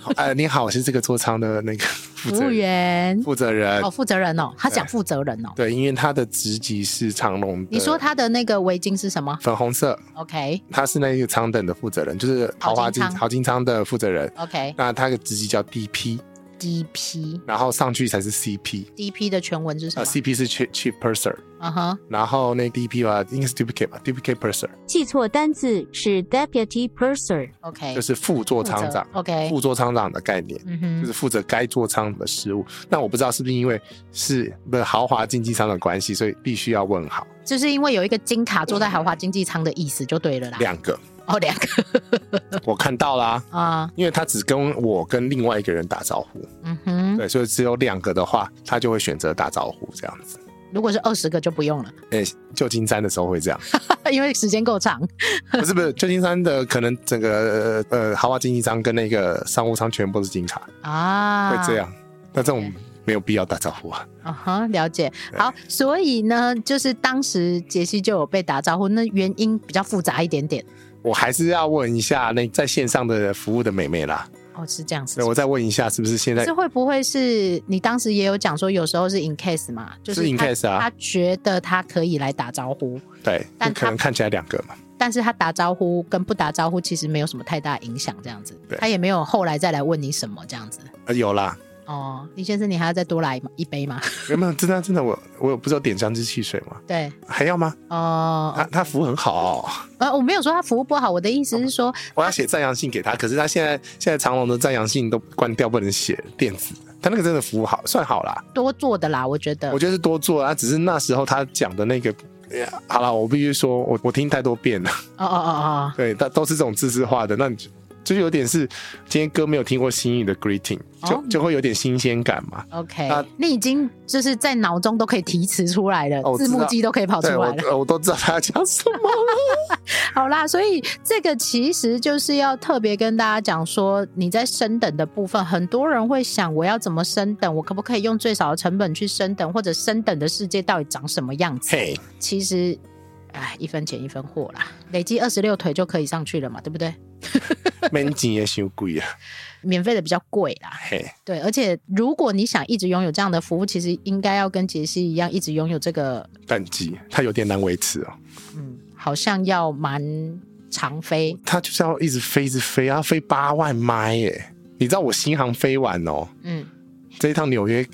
好呃，你好，我是这个座舱的那个负
服
责
务
人。
员
负责人
哦，负责人哦，他讲
对
负责人哦。
对，因为他的职级是长隆的
你说他的那个围巾是什么
粉红色，
？OK
他是那个舱等的负责人，就是豪华金
豪金舱
豪金舱的负责人。
OK，
那他的职级叫 DP，
DP，DP
然后上去才是 CP
的全文是什
啊、
么？
c p 是 Chief Chief Purser，
嗯哼，
然后那 DP 吧，应该是 Duplicate 吧，Duplicate Purser
记错单字是 deputy purser。
OK，
就是副座舱长
负，责，OK，
副座舱长的概念。
嗯
就
哼
是负责该座舱的事务，那我不知道是不是因为是不是豪华经济舱的关系，所以必须要问好
就是因为有一个金卡坐在豪华经济舱的意思就对了啦。
两个。
哦，两个
我看到啦、
啊，
因为他只跟我跟另外一个人打招呼，
嗯哼，
对，所以只有两个的话，他就会选择打招呼这样子。
如果是二十个就不用了，
诶、旧金山的时候会这样，
因为时间够长。
不是不是，旧金山的可能整个呃呃豪华经济舱跟那个商务舱全部都是金卡，
啊，
会这。样。那这种
对
没有必要打招呼啊。
啊哈，了解。好，所以呢，就是当时杰西就有被打招呼，那原因比较复杂一点点。
我还是要问一下那在线上的服务的美眉啦，
哦，是这样子
对，。我再问一下，是不是现在
这会不会是你当时也有讲说，有时候是 in case 嘛，就是
是 in
他
case 啊
他觉得他可以来打招呼，
对？
但
就可能看起来两个嘛，
但是他打招呼跟不打招呼其实没有什么太大影响，这样子
对，
他也没有后来再来问你什么这样子。
呃有啦，
哦，李先生，你还要再多来一 杯吗？
有没有？真的真的，我我不是有点香脂汽水吗？
对，
还要吗？
哦、
他他服务很好、哦。
呃，我没有说他服务不好，我的意思是说，
我要写赞扬信给他，可是他现在现在长隆的赞扬信都关掉，不能写电子的。他那个真的服务好，算好啦。
多做的啦，我觉得
我。觉得是多做啊，只是那时候他讲的那个，哎呀好啦，我必须说，我我听太多遍了，
哦哦哦哦，
对，但都是这种自制化的，那你就就有点是今天哥没有听过新意的 greeting，就
哦
就会有点新鲜感嘛。
OK，、
那
你已经就是在脑中都可以提词出来了，
哦我知
字幕
道
机都可以跑出
对我
来了。
我都知道他要讲什么了。
好啦，所以这个其实就是要特别跟大家讲说，你在升等的部分，很多人会想，我要怎么升等？我可不可以用最少的成本去升等，或者升等的世界到底长什么样子？
嘿，
其实，哎，一分钱一分货啦，累积二十六腿就可以上去了嘛，对不对？
门禁也修贵啊，
免费的比较贵啦，
嘿，
对。而且，如果你想一直拥有这样的服务，其实应该要跟杰西一样，一直拥有这个
淡季他有点难维持哦，
嗯，好像要蛮常飞
他就是要一直飞，一直飞，他飞八万迈耶。你知道我新航飞完哦，
嗯。
这一趟纽约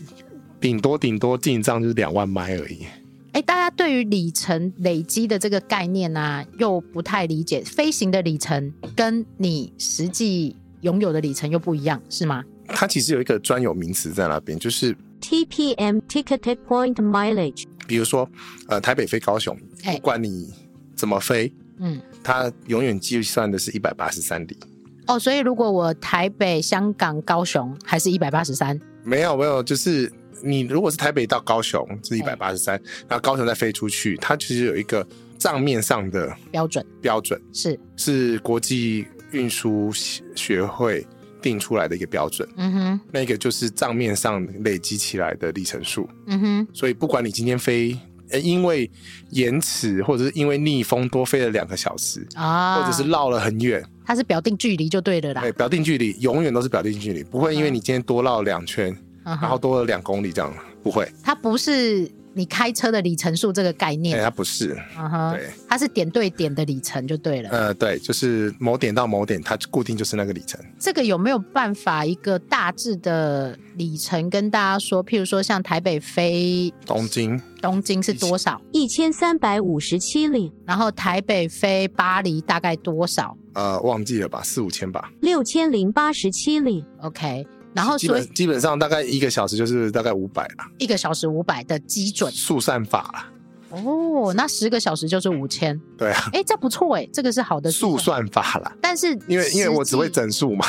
顶多顶多进账就是两万迈而已。
哎，大家对于里程累积的这个概念啊，又不太理解。飞行的里程跟你实际拥有的里程又不一样，是吗？
它其实有一个专有名词在那边，就是
TPM ticketed point mileage。
比如说，呃，台北飞高雄，
哎
不管你怎么飞，
嗯，
它永远计算的是一百八十三里。
哦，所以如果我台北、香港、高雄还是一百八十三，
没有没有，就是你如果是台北到高雄是一百八十三，然后高雄再飞出去，它其实有一个账面上的
标准
标准，
是，
是国际运输学会定出来的一个标准，
嗯哼，
那个就是账面上累积起来的里程数。
嗯哼，
所以不管你今天飞，呃因为延迟或者是因为逆风多飞了两个小时，
啊，
或者是绕了很远，
它是表定距离就对了啦
对，。表定距离永远都是表定距离，不会因为你今天多绕两圈，
然
然后多了两公里这样，不会，
嗯它不是你开车的里程数这个概
哎、
念，
它不是，
嗯哼，
对，
它是点对点的里程就对了。
呃，对，就是某点到某点，它固定就是那个里程。
这个有没有办法一个大致的里程跟大家说？譬如说，像台北飞
东京
东京是多少，
一千三百五十七里，
然后台北飞巴黎大概多少
呃，忘记了吧，四五千吧，
六千零八十七里，
？OK，然后
基
哦所
本
以
基本上大概一个小时就是大概五百啦，
一个小时五百的基准
速算法啦，
哦，那十个小时就是五 千，
对啊，
哎，这不错哎，这个是好的
速
数，
算法啦。
但是
因为因为我只会
整，
整数嘛，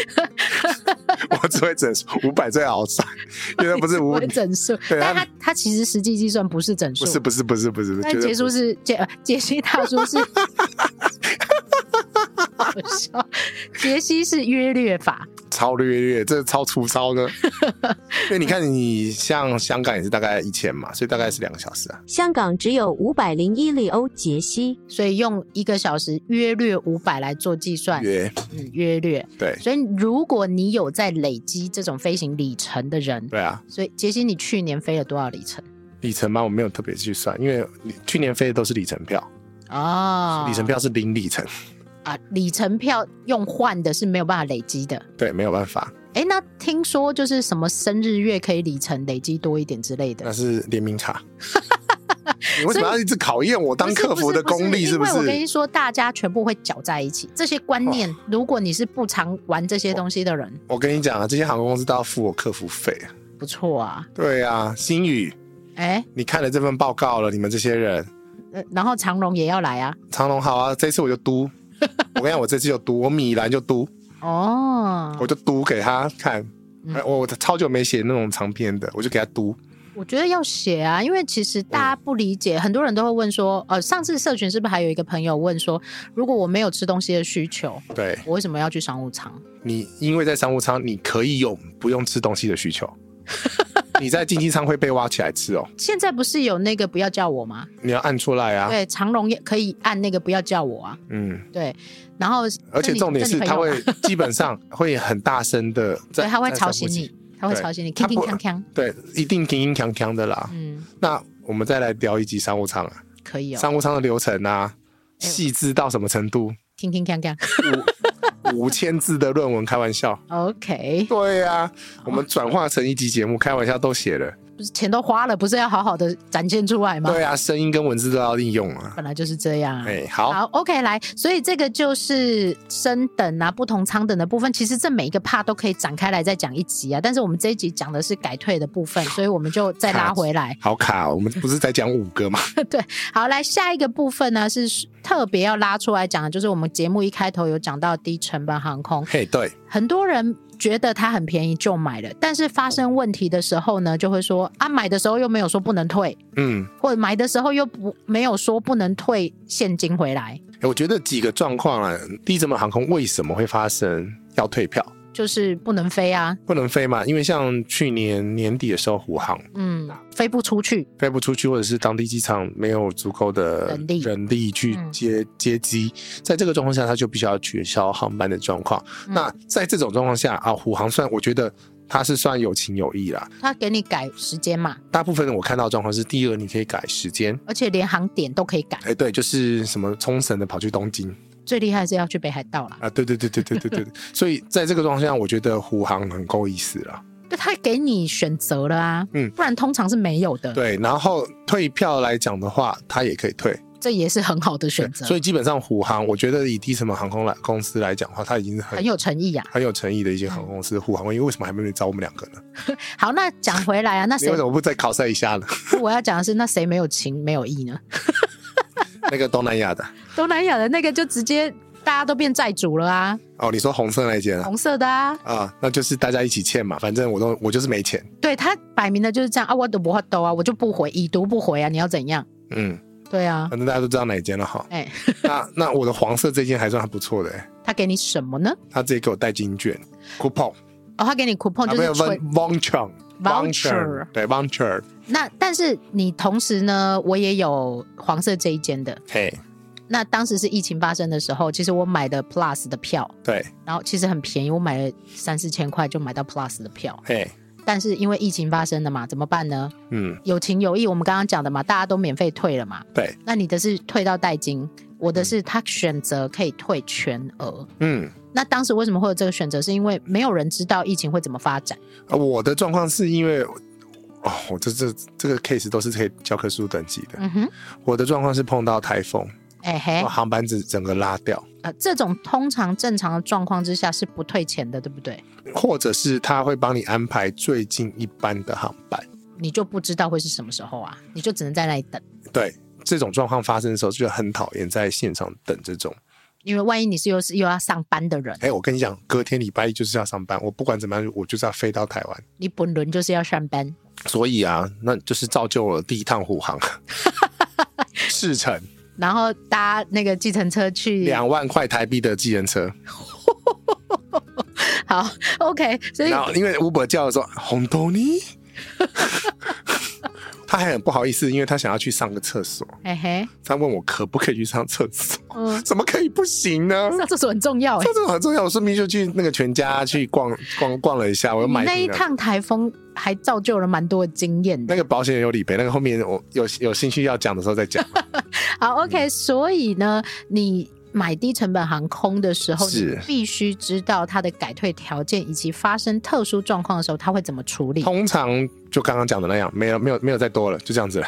我只会整数，五百最好算，因为它不是五
我，整数，
对
但
它
它它其实实际计算不是整数，
不是不是不是不是，不是
但
绝对
杰
不
叔
是
是杰呃杰西大叔 是，好笑杰西是约略法，
超略略，这超粗糙 的。因为你看，你像香港也是大概一千嘛，所以大概是两个小时啊。
香港只有五百零一里欧杰西。
所以用一个小时约略五百来做计算，
约哎
嗯，约略。
对
所以如果你有在累积这种飞行里程的人，
对啊，
所以杰西，你去年飞了多少里程
里程嘛，我没有特别去算，因为去年飞的都是里程票，
哦，
里程票是零里程，
啊，里程票用换的是没有办法累积的。
对，没有办法。
哎，那听说就是什么生日月可以里程累积多一点之类
那
的。
是联名 卡。你为什么要一直考验我当客服的功力？是哦
不
不
是因为我跟你
是？
说，大家全部会搅在一起。这些观念，如果你是不常玩这些东西的人，
我跟你讲啊，这些航空公司都要付我客服费。
不错啊。
对啊，新宇，
哎，
你看了这份报告了，你们这些人，哦
呃然后长荣也要来啊。
长隆好啊，这次我就嘟。我跟你讲，我这次就嘟，我米兰就嘟，
哦，
我就嘟给他看。
嗯
哎我我超久没写那种长篇的，我就给他嘟。
我觉得要写啊，因为其实大家不理
嗯
解，很多人都会问说，呃，上次社群是不是还有一个朋友问说，如果我没有吃东西的需求，
对
我为什么要去商务舱？
你，因为在商务舱，你可以有不用吃东西的需 求。你在经济舱会被挖起来吃哦，
现在不是有那个不要叫我吗？
你要按出来啊。
对，长龙也可以按那个不要叫我啊。
嗯，
对，然后
而且重点是，他
他
会基本 上会很大声的在，
对他会
在
吵
散步
醒
机
你，，他会
对
吵醒你，
他
铿
不
铿锵锵。
对，一定叮叮锵锵的啦。
嗯，
那我们再来聊一集商务舱啊，
可以哦，
商务舱的流程啊，
哎呦
细致到什么程度？
铿铿锵锵。
五五千字的论文，开玩笑。
OK，
对呀、我们转化成一集节目，开玩笑都写了。
不是钱都花了，不是要好好的展现出来吗？
对呀、声音跟文字都要利用啊。
本来就是这样啊。
哎，好，
好，OK，来，所以这个就是升等啊，不同舱等的部分。其实这每一个 part 都可以展开来再讲一集啊，但是我们这一集讲的是改退的部分，所以我们就再拉回来。
好卡哦，我们不是在讲五个吗？
好，来下一个部分呢是特别要拉出来讲的，就是我们节目一开头有讲到低成本航空，
嘿，对，
很多人觉得它很便宜就买了，但是发生问题的时候呢，就会说啊，买的时候又没有说不能退，
嗯，
或者买的时候又不没有说不能退现金回来。
哎我觉得几个状况啊，低成本航空为什么会发生要退票？
就是不能飞啊，
不能飞嘛，因为像去年年底的时候，虎航
嗯，飞不出去，
飞不出去，或者是当地机场没有足够的
人力
去
嗯
接、接机，在这个状况下，他就必须要取消航班的状况。
嗯
那在这种状况下啊，虎航算我觉得他是算有情有义啦。
他给你改时间嘛，
大部分我看到的状况是，第一个你可以改时间，
而且连航点都可以改。
哎，对，就是什么冲绳的跑去东京
最厉害是要去北海道啦，
啊，对对对对对对对，对所以在这个状况下，我觉得虎航很够意思啦。
就他给你选择了啊，
嗯
不然通常是没有的，
对，然后退票来讲的话，他也可以退。
这也是很好的
对
选择，
所
以
以基本上虎航，我觉得以低成本航空来公司来讲的话，它已经是很
很有诚意啊。
很有诚意的一些航空公司。虎航，因为为什么还没有找我们两个呢？
好，那讲回来啊，那
你
谁
为什么不再考赛一 下呢？
我要讲的是，那谁没有情没有义呢？
那个东南亚的
东南亚的那个就直接大家都变债主了啊，
哦，你说红色那一间啊？
红色的啊，
啊，那就是大家一起欠嘛，反正我都我就是没钱，
对他摆明的就是这样啊，我都不会兜啊，我就不回，已读不回啊，你要怎样？
嗯，
对啊，。
反正大家都知道哪一间了哈
哎、
那那我的黄色这间还算还不错的、欸，
他给你什么呢？
他直接给我带金券 coupon，
哦，他给你 coupon
啊没
就是
有 v
纯
voucher
Voucher
对 voucher，
那但是你同时呢，我也有黄色这一间的。
嘿，
那当时是疫情发生的时候，其实我买的 Plus 的票，
对，
然后其实很便宜，我买了三四千块就买到 Plus 的票。
嘿，
但是因为疫情发生了嘛，怎么办呢？
嗯，
有情有义，我们刚刚讲的嘛，大家都免费退了嘛。
对，
那你的是退到代金，我的是他选择可以退全额。
嗯。
那当时为什么会有这个选择？是因为没有人知道疫情会怎么发展。
啊，我的状况是因为，哦，我这这这个 case 都是可以教科书等级的。
嗯哼，
我的状况是碰到台风，
哎、嘿
把，航班子整个拉掉，
呃，这种通常正常的状况之下是不退钱的，对不对？
或者是他会帮你安排最近一班的航班。
你就不知道会是什么时候啊，你就只能在那里等，
对，这种状况发生的时候，就很讨厌在现场等这种。
因为万一你是又是又要上班的人，
哎，我跟你讲，隔天礼拜一就是要上班，我不管怎么样，我就是要飞到台湾。
你本轮就是要上班，
所以啊，那就是造就了第一趟虎 航。事成
然后搭那个计程车去。
两万块台币的计程车，
好，OK，所以
然后因为 Uber 叫的时候，红豆泥， 他还很不好意思，因为他想要去上个厕所，
嘿嘿，
他问我可不可以去上厕所，
嗯，
怎么可以不行呢？
上厕所很重要哎、
上厕所很重要，我顺便就去那个全家去逛逛逛了一下， 我又
你
买
那一
瓶了
趟台风还造就了蛮多的经验
那
的。
个保险有理赔，那个后面我有有兴趣要讲的时候再讲。
好，OK，所以呢，你买低成本航空的时候，你
是
必须知道它的改退条件以及发生特殊状况的时候，它会怎么处 理。
通常就刚刚讲的那样，没有没有没有再多了，就这样子了。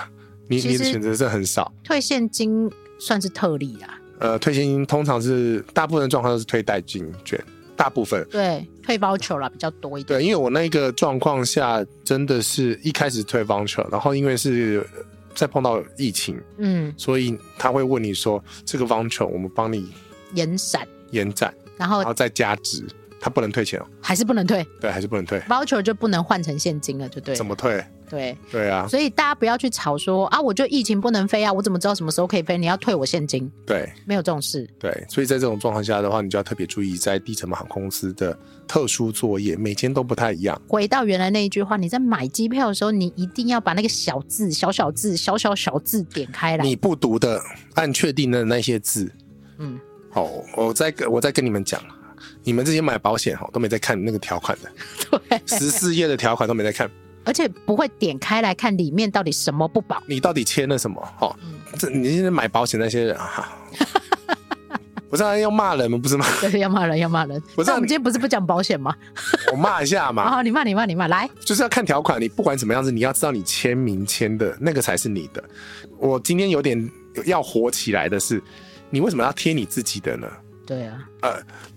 你
其
你
实
的选择是很少，
退现金算是特例啦，
呃，退现金通常是大部分状况都是退代金券，大部分
对，退包球啦比较多一点。
对，因为我那个状况下真的是一开始退 voucher，然后因为是呃再碰到疫情，
嗯，
所以他会问你说这个 voucher 我们帮你
延闪，
延展，
然后
然后再加值，他不能退钱哦，
还是不能退
对，还是不能退，
voucher 就不能换成现金了，就对了。
怎么退？
对？
对啊，
所以大家不要去吵说啊，我就疫情不能飞啊，我怎么知道什么时候可以飞？你要退我现金，
对
没有这种事。
对，所以在这种状况下的话，你就要特别注意在低成本航空公司的特殊作业，每天都不太一样。
回到原来那一句话，你在买机票的时候，你一定要把那个小字、小小字、小小小字点开来。
你不读的按确定的那些字，
嗯，
好，我再跟我再跟你们讲，啊你们这些买保险哈都没在看那个条款的，
对，
十四页的条款都没在看，
而且不会点开来看里面到底什么不保。
你到底签了什么？哈，
嗯
这你现在买保险那些人 啊，我这样要骂人吗？不是吗？
对，要骂人，要骂人。
不是
那
啊
我们今天不是不讲保险吗？
我骂一下嘛，
啊，你骂，你骂，你骂，来，
就是要看条款，你不管怎么样子，你要知道你签名签的那个才是你的。我今天有点要火起来的是，你为什么要贴你自己的呢？
对啊，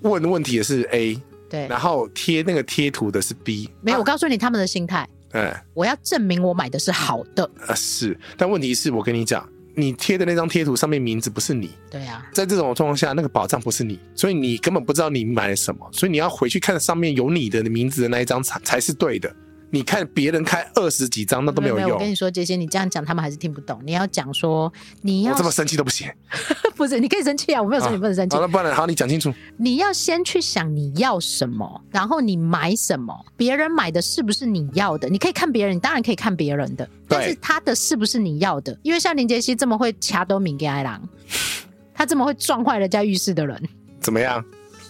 问问题的是 A，
对，
然后贴那个贴图的是 B，
没有，我告诉你他们的心态，
嗯，
我要证明我买的是好的。
呃是。但问题是我跟你讲，你贴的那张贴图上面名字不是你，
对啊，
在这种状况下，那个保障不是你，所以你根本不知道你买了什么，所以你要回去看上面有你的名字的那一张才才是对的。你看别人开二十几张，那都没有
没
用。哦
我跟你说，杰西，你这样讲他们还是听不懂。你要讲说，你要
我这么生气都不行。
不是，你可以生气啊，我没有说你不能生气。
好了，不然好，你讲清楚。
你要先去想你要什么，然后你买什么，别人买的是不是你要的？你可以看别人，你当然可以看别人的，但是他的是不是你要的？因为像林杰西这么会掐都敏给爱郎， 他这么会撞坏人家浴室的人，
怎么样？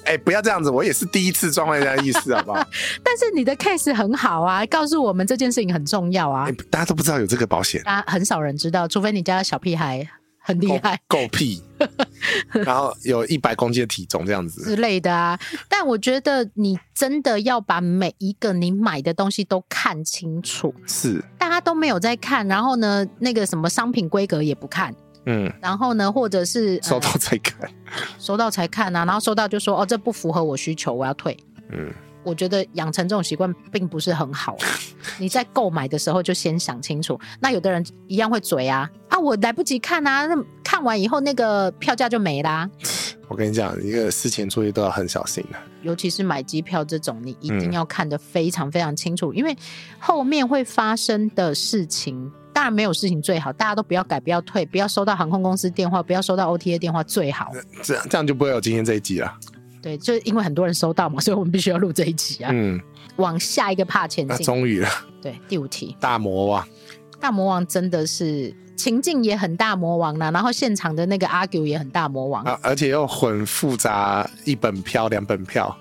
哎、不要这样子，我也是第一次撞坏人家的意思，好不 好？
但是你的 case 很好啊，告诉我们这件事情很重要啊
哎、，大家都不知道有这个保险，
大家很少人知道，除非你家的小屁孩很厉
够
害。
够屁，然后有一百公斤的体重这样子
之，类的啊。但我觉得你真的要把每一个你买的东西都看清楚，
是，
大家都没有在看，然后呢，那个什么商品规格也不看。
嗯，
然后呢，或者是、呃
收到再看，
收到才看啊，然后收到就说哦，这不符合我需求，我要退。
嗯，
我觉得养成这种习惯并不是很好 啊、你在购买的时候就先想清楚。那有的人一样会嘴啊啊，我来不及看啊，那看完以后那个票价就没啦。
我跟你讲，一个事前作业都要很小心啊的，
尤其是买机票这种，你一定
嗯
要看得非常非常清楚，因为后面会发生的事情，当然没有事情最好，大家都不要改，不要退，不要收到航空公司电话，不要收到 OTA 电话最好。
这样这样就不会有今天这一集了。
对，就是因为很多人收到嘛，所以我们必须要录这一集啊。
嗯，
往下一个怕前
那
进，
啊终于了，
对，第五题，
大魔王，
大魔王真的是情境也很大魔王啊啦、然后现场的那个 argue 也很大魔王。
啊，而且又混复杂一本票、两本票，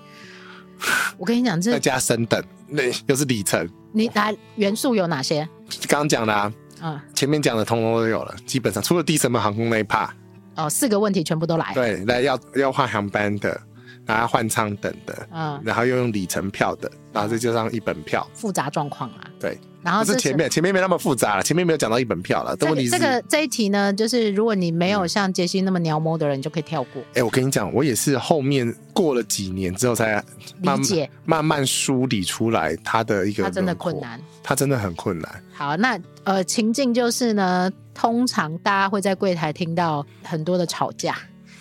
我跟你讲，
再
这
加升等，那又是里程。
你来元素有哪些？
刚刚讲的、啊，
嗯，
前面讲的通通都有了，基本上除了低成本航空那一 part，
哦，四个问题全部都来。，
对，那要要换航班的，然后换舱等的，
嗯，
然后又用里程票的，然后再加上一本票，
复杂状况啦。
对，
然后
不
这
是前面前面没那么复杂了，前面没有讲到一本票了，
这
但问
个
题是，嗯
这
哎、
个这一题呢，就是如果你没有像杰西那么鸟摸的人，你就可以跳过。
哎我跟你讲，我也是后面过了几年之后才慢
理解
慢慢梳理出来它的一个，
它真的困，难。
它真的很困难，
好，那呃情境就是呢，通常大家会在柜台听到很多的吵架。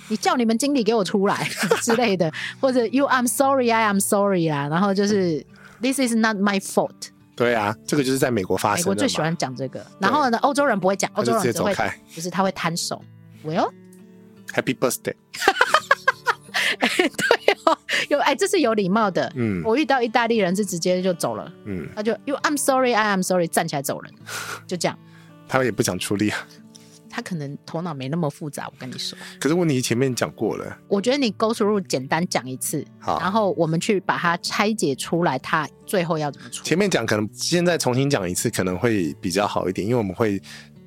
你叫你们经理给我 出来之类的，或者 You I'm sorry, I am sorry 啦，然后就是
嗯
This is not my fault。
对啊，这个就是在美国发
美
生的
国
嘛，
最喜欢讲这个，然后呢，欧洲人不会讲，欧
他就
洲
直接
人只
走
会
开
不是他会摊手，Well，
，Happy Birthday，
对哦，有哎，这是有礼貌的。
嗯
我遇到意大利人是直接就走了，
嗯，
他就 You I'm sorry, I am sorry，站起来走人， 就这样。
他也不想出力，啊
他可能头脑没那么复杂，我跟你说，
可是问题前面讲过了，
我觉得你 go through 简单讲一次，
好
然后我们去把它拆解出来，它最后要怎么处理？
前面讲可能现在重新讲一次可能会比较好一点，因为我们会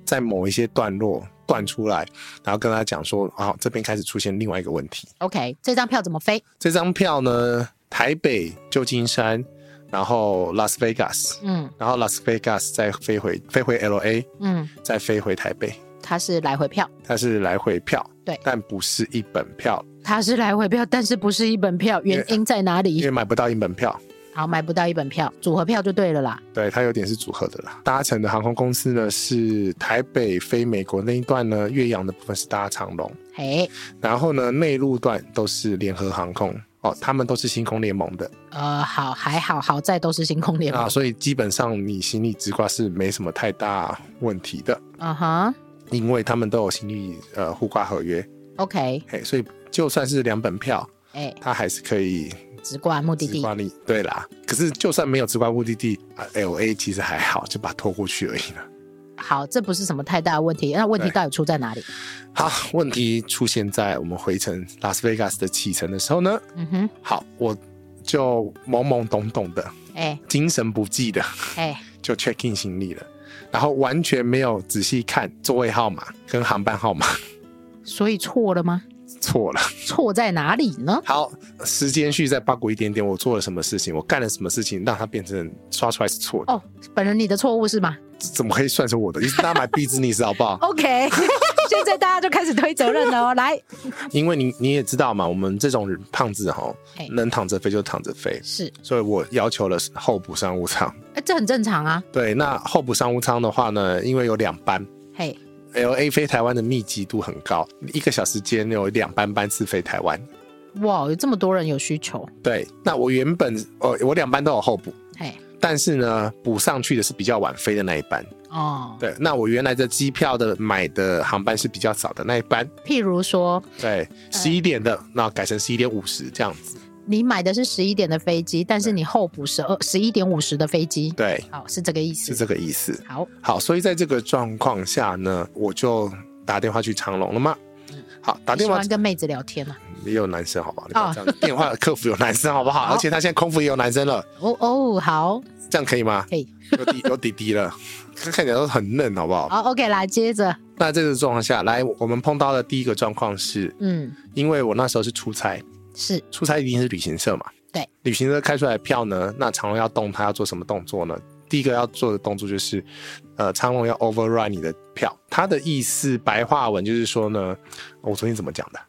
在某一些段落断出来，然后跟他讲说，啊，这边开始出现另外一个问题。
OK，这张票怎么飞？
这张票呢，台北、旧金山，然后 Las Vegas，
嗯
然后 Las Vegas 再飞回飞回 LA，
嗯，
再飞回台北，
它是来回票，
它是来回票，
对
但不是一本票，
它是来回票，但是不是一本票，原因在哪
因
里
为？买不到一本票。
好，买不到一本票，组合票就对了啦。
对，它有点是组合的啦。搭乘的航空公司呢是台北飞美国那一段呢，岳阳的部分是搭长龙，
嘿，
然后呢内陆段都是联合航空哦，他们都是星空联盟的
呃，好，还好，好在都是星空联
啊，
盟。
所以基本上你行李直挂是没什么太大问题的，
嗯哼
因为他们都有行李呃互挂合约，
，OK，
嘿，所以就算是两本票，
哎，
它还是可以
直挂目的
直
地。
挂你。对啦，可是就算没有直挂目的地啊，L A 其实还好，就把它拖过去而已了。
好，这不是什么太大的问题。那问题
对
到底出在哪里？
好，问题出现在我们回程拉斯维加斯的启程的时候呢。
嗯哼，
好，我就懵懵懂懂的、
哎
精神不济的
哎，
就 check in 行李了，然后完全没有仔细看座位号码跟航班号码，
所以错了吗？
错了。
错在哪里呢？
好，时间序再八股一点点，我做了什么事情，我干了什么事情，让它变成刷出来是错的，
哦，本人你的错误是吗
怎么可以算成我的？你是大家买 business 好不好？
？OK，现在大家就开始推责任 了哦。来，
因为你你也知道嘛，我们这种人胖子哈
哎，
能躺着飞就躺着飞，
是，
所以我要求了候补商务舱。
哎，这很正常啊。
对，那候补商务舱的话呢，因为有两班
嘿，
，L A 飞台湾的密集度很高，一个小时间有两班班次飞台湾。
哇，有这么多人有需求。
对，那我原本呃我两班都有候补，
嘿，
但是呢补上去的是比较晚飞的那一班。
哦，
对，那我原来的机票的买的航班是比较早的那一班，
譬如说，
对，十一点的，那改成十一点五十这样子。
你买的是十一点的飞机，但是你候补十二十一点五十的飞机。
对，
好，是这个意思。
是这个意思。
好，
好，所以在这个状况下呢，我就打电话去长隆了嘛。好，打
你
电
喜
话
欢跟妹子聊天啊？
也有男生，好不好？你不要这样，电话客服有男生，好不好？而且他现在空服也有男生了，
哦哦，好，
这样可以吗？
可以。
有弟有弟弟了，看起来都很嫩，好不好？
好，OK 啦，接着，
那这个状况下来，我们碰到的第一个状况是，
嗯，
因为我那时候是出差，
是
出差一定是旅行社嘛。
对，
旅行社开出来的票呢，那长隆要动，他要做什么动作呢？第一个要做的动作就是，呃，长隆要 override 你的票。他的意思白话文就是说呢，哦我昨天怎么讲的？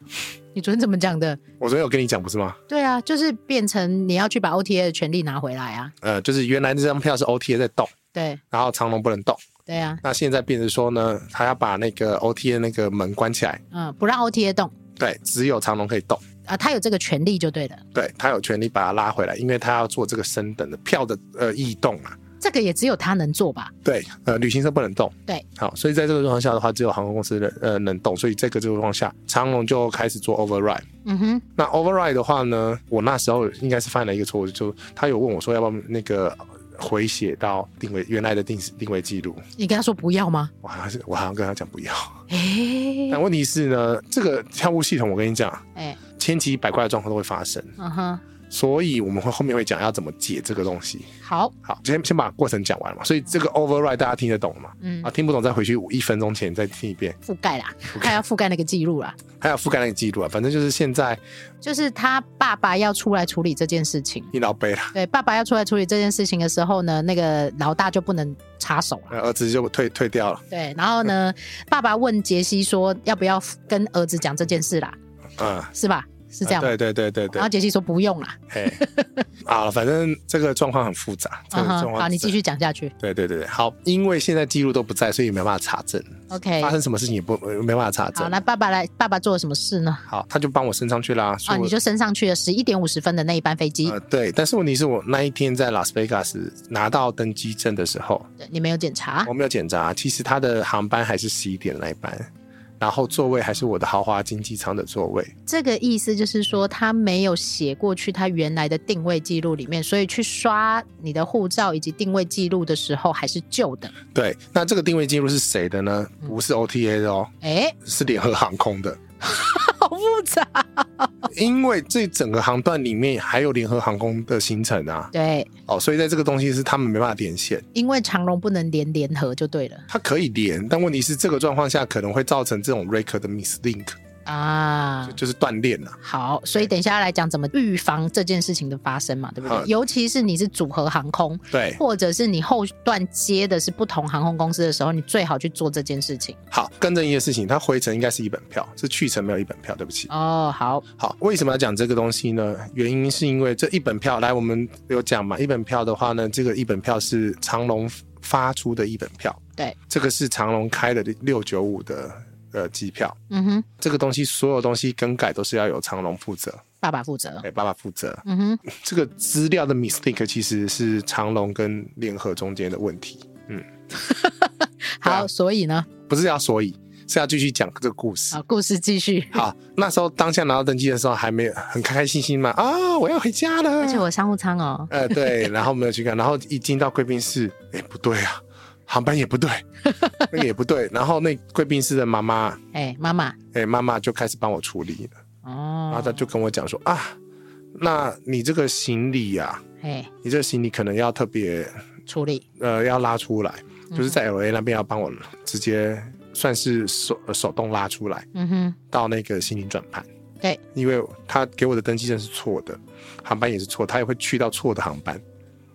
你昨天怎么讲的？
我昨天有跟你讲不是吗？
对啊，就是变成你要去把 OTA 的权利拿回来啊。
呃，就是原来这张票是 OTA 在动，
对
然后长隆不能动。
对啊，
那现在变成说呢，他要把那个 OTA 那个门关起来，
嗯，不让 OTA 动
对，只有长隆可以动，
啊，他有这个权利就对了。
对他有权利把它拉回来，因为他要做这个升等的票的呃异动嘛。
这个也只有他能做吧？
对，呃，旅行社不能动。
对，
好，所以在这个状况下的话，只有航空公司的呃能动，所以这个状况下，长龙就开始做 override。
嗯哼，
那 override 的话呢，我那时候应该是犯了一个错误，就他有问我说要不要那个回写到定位原来的定定位记录，
你跟他说不要吗？
我好像是我好像跟他讲不要，
诶，
但问题是呢，这个跳务系统我跟你讲，
哎，
千奇百怪的状况都会发生，
嗯哼，
所以我们会后面会讲要怎么解这个东西。
好，
好，先先把过程讲完嘛，所以这个 override 大家听得懂吗？
嗯
啊，，听不懂再回去一分钟前再听一遍，
覆盖啦，他要覆盖那个记录啦。
还有覆盖那个记录啊。反正就是现在
就是他爸爸要出来处理这件事情。
你老背了，
对，爸爸要出来处理这件事情的时候呢，那个老大就不能插手了。
呃儿子就退退掉了，
对，然后呢，爸爸问杰西说要不要跟儿子讲这件事啦，
嗯，
是吧？是这样吗。
啊对对对对对
然后，杰西说不用啦。
嘿， 啊，反正这个状况很复杂，这个
嗯
状
哼，
况
好，你继。续讲下去。
对对对对，好，因为现在记录都不在，所以没办法查证
OK，
发生什么事情也不没办法查
哎好，
证。
那爸爸来，爸爸做了什么事呢？
好，他就帮我升上去啦。所
啊，
以我
你就升上去了十一点五十分的那一班飞机，
呃对，但是问题是我那一天在拉斯维加斯拿到登机证的时候，
对你没有检查
我没有检查，其实他的航班还是十一点那一班，然后座位还是我的豪华经济舱的座位。
这个意思就是说他没有写过去他原来的定位记录里面，所以去刷你的护照以及定位记录的时候还是旧的。
对，那这个定位记录是谁的呢？ 不是 OTA 的哦，
哎，
是联合航空的，
好复杂，
因为这整个航段里面还有联合航空的行程啊，
对，
哦，所以在这个东西是他们没办法连线，
因为长荣不能连联合就对了
它可以连，但问题是这个状况下可能会造成这种 Raker 的 mislink，
啊
就。就是断链啊。
好，所以等一下来讲怎么预防这件事情的发生嘛，对不对
好？
尤其是你是组合航空，
对，
或者是你后段接的是不同航空公司的时候，你最好去做这件事情。
好，更正一件事情，它回程应该是一本票，是去程没有一本票，对不起。
哦，好，
好，为什么要讲这个东西呢？原因是因为这一本票，来我们有讲嘛，一本票的话呢，这个一本票是长隆发出的一本票，
对，
这个是长隆开的六九五的呃机票，
嗯哼，
这个东西所有东西更改都是要由长隆负责，
爸爸负责
哎、，爸爸负责。
嗯哼，
这个资料的 mistake 其实是长隆跟联合中间的问题，对啊
好，所以呢，
不是要所以，是要继续讲这个故事。
好，故事继续。
好，那时候当下拿到登机的时候，还没有很开开心心嘛，啊，我要回家了。
而且我商务舱哦，
呃，对，然后没有去看，然后一进到贵宾室，哎，不对啊，航班也不对，那个也不对，然后那贵宾室的妈妈，
哎，妈妈，
哎，妈妈就开始帮我处理了，然后
哦
她，就跟我讲说啊，那你这个行李啊，
哎，
你这个行李可能要特别
处理，
呃要拉出来，就是在 LA 那边要帮我直接算是手呃手动拉出来
嗯哼，
到那个行李转盘。
对，
因为他给我的登机证是错的，航班也是错，他也会去到错的航班，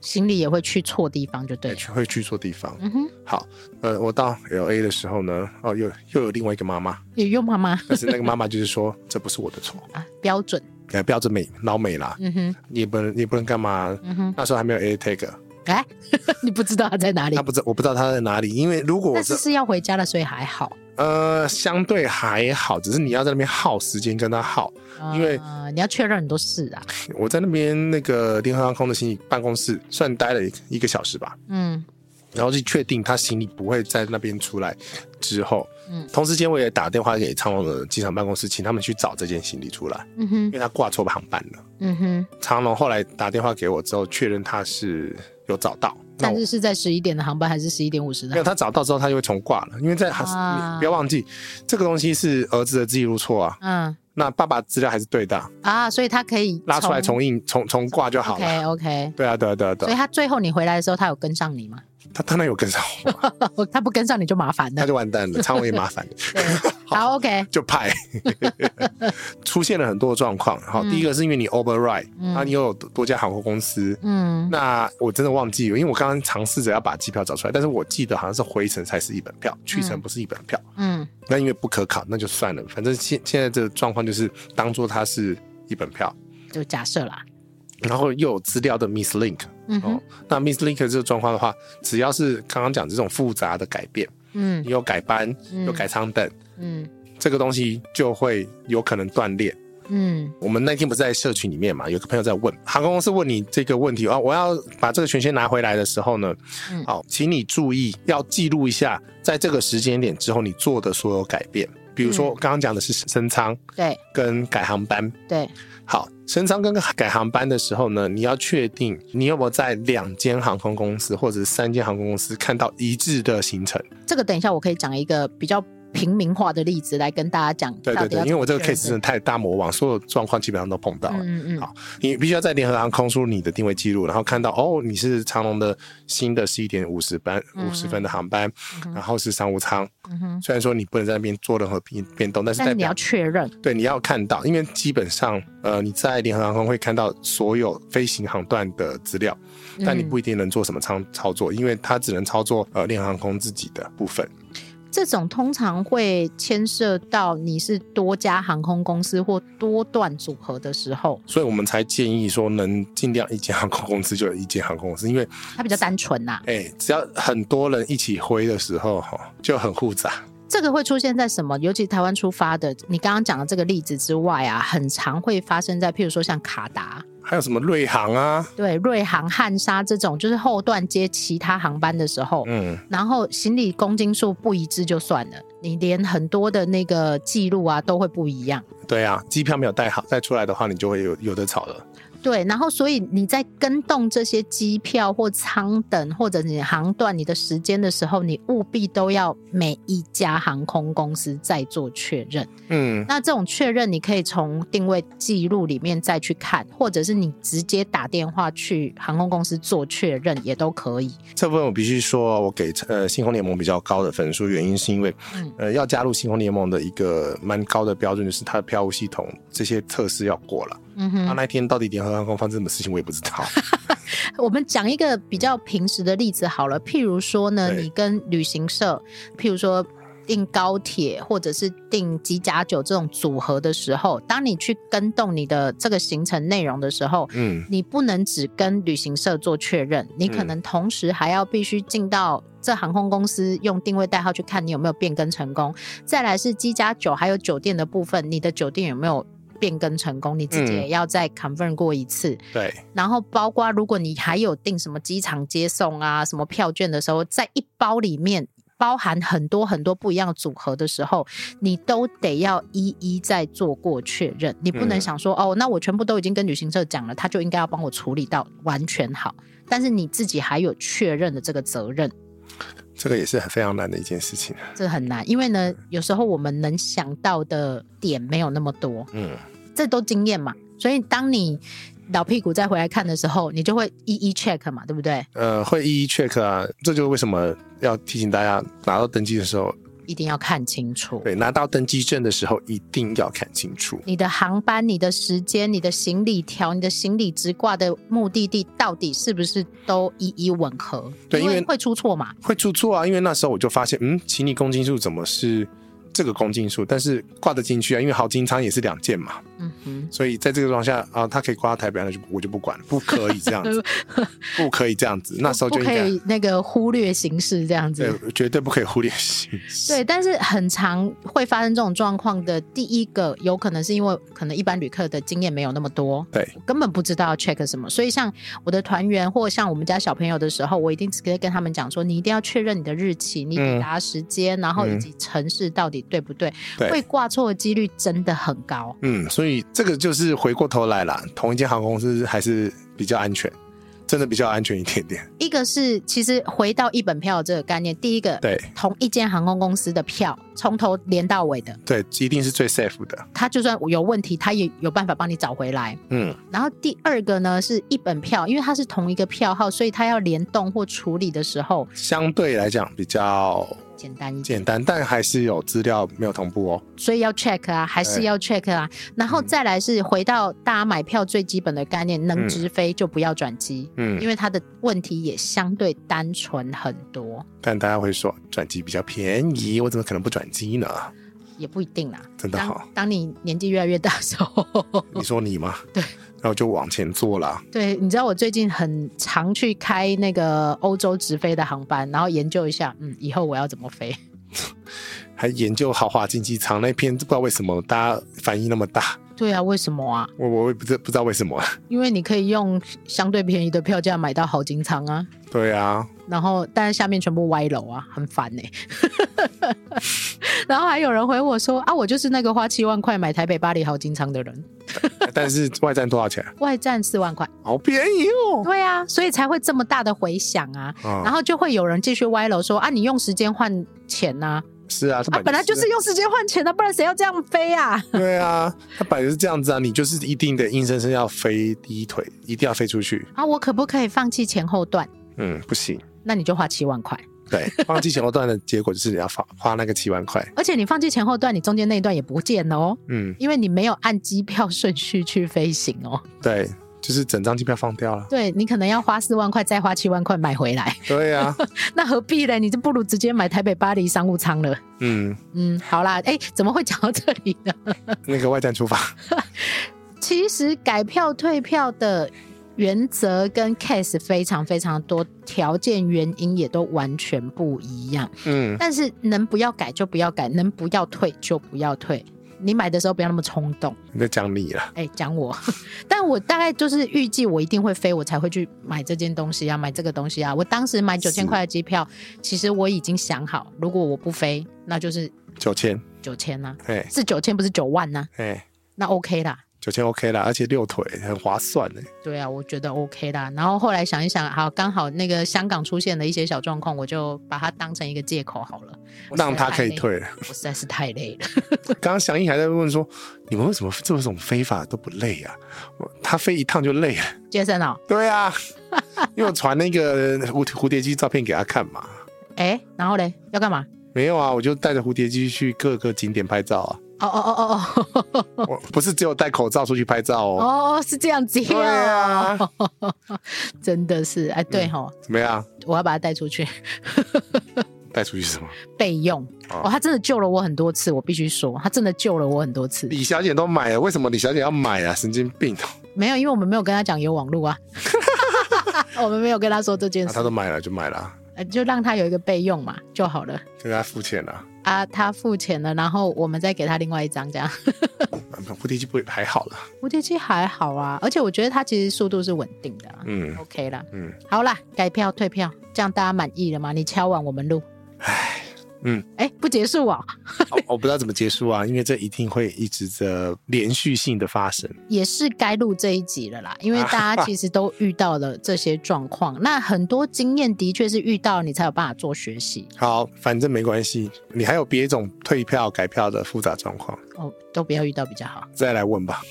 行李也会去错地方就对了，
去会去错地方。
嗯哼，
好，呃，我到 L A 的时候呢，哦，又又有另外一个妈 妈，
也用妈妈
但是那个妈妈就是说，这不是我的错，
啊，标准，
呃，不要这美老美啦，
嗯哼，
你也不能你也不能干嘛。
嗯哼，
那时候还没有 A tag，
哎， 你不知道他在哪里
他，不知我不知道他在哪里，因为如果我
但
这
是是要回家了，所以还好，
呃相对还好，只是你要在那边耗时间跟他耗。因为
啊你要确认很多事啊，
我在那边那个联合航空的行李办公室算待了一个小时吧，
嗯，
然后去确定他行李不会在那边出来之后，
嗯
同时间我也打电话给长隆的机场办公室，请他们去找这件行李出来，
嗯
因
哼，
为他挂错航班了。
嗯哼，
长隆后来打电话给我之后，确认他是有找到，那
但
我
是是在十一点的航班还是十一点五十的
没有
航
他
班？
找到之后，他就会重挂了，因为在、
啊
你不要忘记这个东西是儿子的记录错啊，
嗯
那爸爸资料还是对的啊，
啊，所以他可以
拉出来重印重重挂就好了。
OK OK，
对啊，对啊，对啊，对
所以
啊，
他最后你回来的时候，他有跟上你吗？
他当然有跟上我，
他不跟上你就麻烦
那
了。
就完蛋了，长隆也麻烦了。
对， 好 OK，
就 派，出现了很多状况。好，
嗯
第一个是因为你 override，
嗯
啊，你又有多多家航空公司。
嗯
那我真的忘记了，因为我刚刚尝试着要把机票找出来，但是我记得好像是回程才是一本票，去程不是一本票。
嗯
那因为不可考，那就算了。反正现现在这个状况就是当做它是一本票，
就假设啦，
然后又有资料的 mislink
嗯
哦
哼。
那 mislink 这个状况的话，只要是刚刚讲这种复杂的改变，
嗯
你有改班，
嗯
有改舱等，
嗯
这个东西就会有可能断裂。
嗯
我们那天不是在社群里面嘛，有个朋友在问航空公司问你这个问题啊、哦，我要把这个权限拿回来的时候呢，
嗯
好、请你注意要记录一下，在这个时间点之后你做的所有改变，比如
嗯
说刚刚讲的是升舱
对
跟改航班，
对，
好，升舱跟改航班的时候呢，你要确定你有没有在两间航空公司或者是三间航空公司看到一致的行程，
这个等一下我可以讲一个比较平民化的例子来跟大家讲
对
到
对
底
对
要怎么确认。，
因为我这个 case 真的太大魔王，所有状况基本上都碰到了。
嗯嗯嗯
好你必须要在联合航空输入你的定位记录，然后看到哦，你是长龙的新的十一点五十班
嗯
五十分的航班，然后是商务舱。
嗯哼，
虽然说你不能在那边做任何变变动，但是
但
代
是你要
表
确认，
对你要看到，因为基本上呃你在联合航空会看到所有飞行航段的资料，但你
嗯
不一定能做什么操操作，因为它只能操作呃联合航空自己的部分。
这种通常会牵涉到你是多家航空公司或多段组合的时候，
所以我们才建议说，能尽量一间航空公司就有一间航空公司，因为
它比较单纯呐、
哎、只要很多人一起挥的时候，哈，就很复杂。
这个会出现在什么？尤其台湾出发的，你刚刚讲的这个例子之外啊，很常会发生在譬如说像卡达、
还有什么瑞航啊？
对瑞航、汉莎这种，就是后段接其他航班的时候，
嗯，
然后行李公斤数不一致就算了，你连很多的那个记录啊都会不一样。
对啊，机票没有带好，再出来的话你就会有有的吵了。
对，然后所以你在跟动这些机票或舱等，或者你航段、你的时间的时候，你务必都要每一家航空公司再做确认。
嗯，
那这种确认，你可以从定位记录里面再去看，或者是你直接打电话去航空公司做确认也都可以。
这部分我必须说，我给呃星空联盟比较高的分数，原因是因为
嗯，
呃，要加入星空联盟的一个蛮高的标准就是它的票务系统这些测试要过了。啊
嗯
那、
哼，
那一天到底联合航空发生什么事情，我也不知道。
我们讲一个比较平时的例子好了，譬如说呢，
对
你跟旅行社，譬如说。订高铁或者是订机加酒这种组合的时候，当你去跟动你的这个行程内容的时候，
嗯，
你不能只跟旅行社做确认，你可
嗯
能同时还要必须进到这航空公司用定位代号去看你有没有变更成功。再来是机加酒还有酒店的部分，你的酒店有没有变更成功，你自己
嗯
也要再 confirm 过一次。
对，
然后包括如果你还有订什么机场接送啊、什么票券的时候，在一包里面包含很多很多不一样的组合的时候，你都得要一一再做过确认。你不能
嗯
想说、哦，那我全部都已经跟旅行社讲了，他就应该要帮我处理到完全好。但是你自己还有确认的这个责任，
这个也是很非常难的一件事情。
这很难，因为呢，
嗯
有时候我们能想到的点没有那么多。
嗯，
这都经验嘛。所以当你老屁股再回来看的时候，你就会一一 check 嘛，对不对？
呃，会一一 check 啊，这就是为什么要提醒大家，拿到登机的时候，
一定要看清楚。
对，拿到登机证的时候一定要看清楚。
你的航班、你的时间、你的行李条、你的行李直挂的目的地，到底是不是都一一吻合？
对因为
会出错嘛。
会出错啊，因为那时候我就发现，嗯，奇尼公斤数怎么是这个公斤数，但是挂得进去啊，因为豪金仓也是两件嘛，
嗯哼，
所以在这个状况下啊，它可以挂到台北，那就我就不管，不可以这样 子，不可以这样子，那时候
不
就应
可
该
以那个忽略形式这样子。
对，绝对不可以忽略性。
对，但是很常会发生这种状况的。第一个有可能是因为可能一般旅客的经验没有那么多，
对，
根本不知道要 check 什么。所以像我的团员或像我们家小朋友的时候，我一定直接跟他们讲说，你一定要确认你的日期、你抵达时间，然后以
嗯
及城市到底对不对，
对
会挂错的几率真的很高。
嗯，所以这个就是回过头来啦，同一间航空公司还是比较安全，真的比较安全一点点。
一个是其实回到一本票这个概念，第一个
对
同一间航空公司的票从头连到尾的，
对，一定是最 safe 的。
它就算有问题，它也有办法帮你找回来。
嗯，
然后第二个呢是一本票，因为它是同一个票号，所以它要联动或处理的时候
相对来讲比较
简单一点，
简单，但还是有资料没有同步哦。
所以要 check 啊，还是
对
要 check 啊。然后再来是回到大家买票最基本的概念，能
嗯
直飞就不要转机，
嗯
因，为它的问题也相对单纯很多，
但大家会说转机比较便宜，我怎么可能不转机呢？
也不一定啦。
真的哦好
当，当你年纪越来越大的时候，
你说你吗？
对，
然后就往前坐了。
对，你知道我最近很常去开那个欧洲直飞的航班，然后研究一下，嗯，以后我要怎么飞。
还研究豪华经济舱那篇，不知道为什么大家反应那么大，
对啊，为什么啊？
我我也不知不知道为什 么。
因为你可以用相对便宜的票价买到豪金仓啊，
对啊，
然后但是下面全部歪楼啊，很烦呢、 然后还有人回我说啊，我就是那个花七万块买台北巴黎豪金仓的人，
哎但是外站多少钱？
外站四万块，
好便宜 哦。
对啊，所以才会这么大的回响啊。然
啊，
后就会有人继续歪楼说啊，你用时间换钱呐、
是啊，他
啊，本来就是用时间换钱的、啊不然谁要这样飞啊？
对啊，他本来就是这样子啊，你就是一定的硬生生要飞第一腿，一定要飞出去。
啊，我可不可以放弃前后段？
嗯，不行。
那你就花七万块，
对，放弃前后段的结果就是你要花花那个七万块。
而且你放弃前后段，你中间那一段也不见了哦。
嗯，
因为你没有按机票顺序去飞行哦，
对，就是整张机票放掉了。
对你可能要花四万块，再花七万块买回来，
对啊，
那何必嘞？你就不如直接买台北巴黎商务舱了。
嗯，
嗯，好啦，哎，怎么会讲到这里呢？
那个外站出发。
其实改票退票的原则跟 case 非常非常多，条件原因也都完全不一样。
嗯，
但是能不要改就不要改，能不要退就不要退。你买的时候不要那么冲动。
你在讲你了。
哎，讲我， 但我大概就是预计我一定会飞，我才会去买这件东西啊，买这个东西啊。我当时买九千块的机票，其实我已经想好，如果我不飞，那就是
九千，
九千啊，
哎
是九千不是九万呢、啊
哎，
那 OK 啦。
九千 OK 啦，而且六腿很划算欸呢。
对啊，我觉得 OK 啦。然后后来想一想，好，刚好那个香港出现了一些小状况，我就把它当成一个借口好了，我实在
让他
太
可以
累
退。
我实在是太累了。
刚刚祥义还在问说，你们为什么做这种非法都不累啊？我他飞一趟就累了。
杰森哦，
对啊， 因为我传那个蝴蝴蝶机照片给他看嘛。
哎，然后嘞，要干嘛？
没有啊，我就带着蝴蝶机去各个景点拍照啊。
哦哦哦哦 哦
我不是只有戴口罩出去拍照哦。
哦，是这样子
对啊，
真的是哎，对吼，
怎么样？
我要把它带出去
带出去是什么？
备用。
哦
哦，他真的救了我很多次，我必须说，他真的救了我很多次。
李小姐都买了，为什么李小姐要买啊？神经病哦！
没有，因为我们没有跟他讲有网路啊，我们没有跟他说这件
那
事
啊她，都买了就买了啊，
呃就让他有一个备用嘛就好了。
就她付钱了。
啊，他付钱了，然后我们再给他另外一张，这样
蝴蝶机啊不还好了？
蝴蝶机还好啊，而且我觉得它其实速度是稳定的、啊、
嗯，
，OK 啦，
嗯，
好啦，改票退票，这样大家满意了吗？你敲完我们录，
嗯，
哎，不结束哦，
我我不知道怎么结束啊，因为这一定会一直的连续性的发生。
也是该录这一集了啦，因为大家其实都遇到了这些 状况，那很多经验的确是遇到你才有办法做学习
好，反正没关系，你还有别种退票、改票的复杂状况，
哦，都不要遇到比较好，
再来问吧。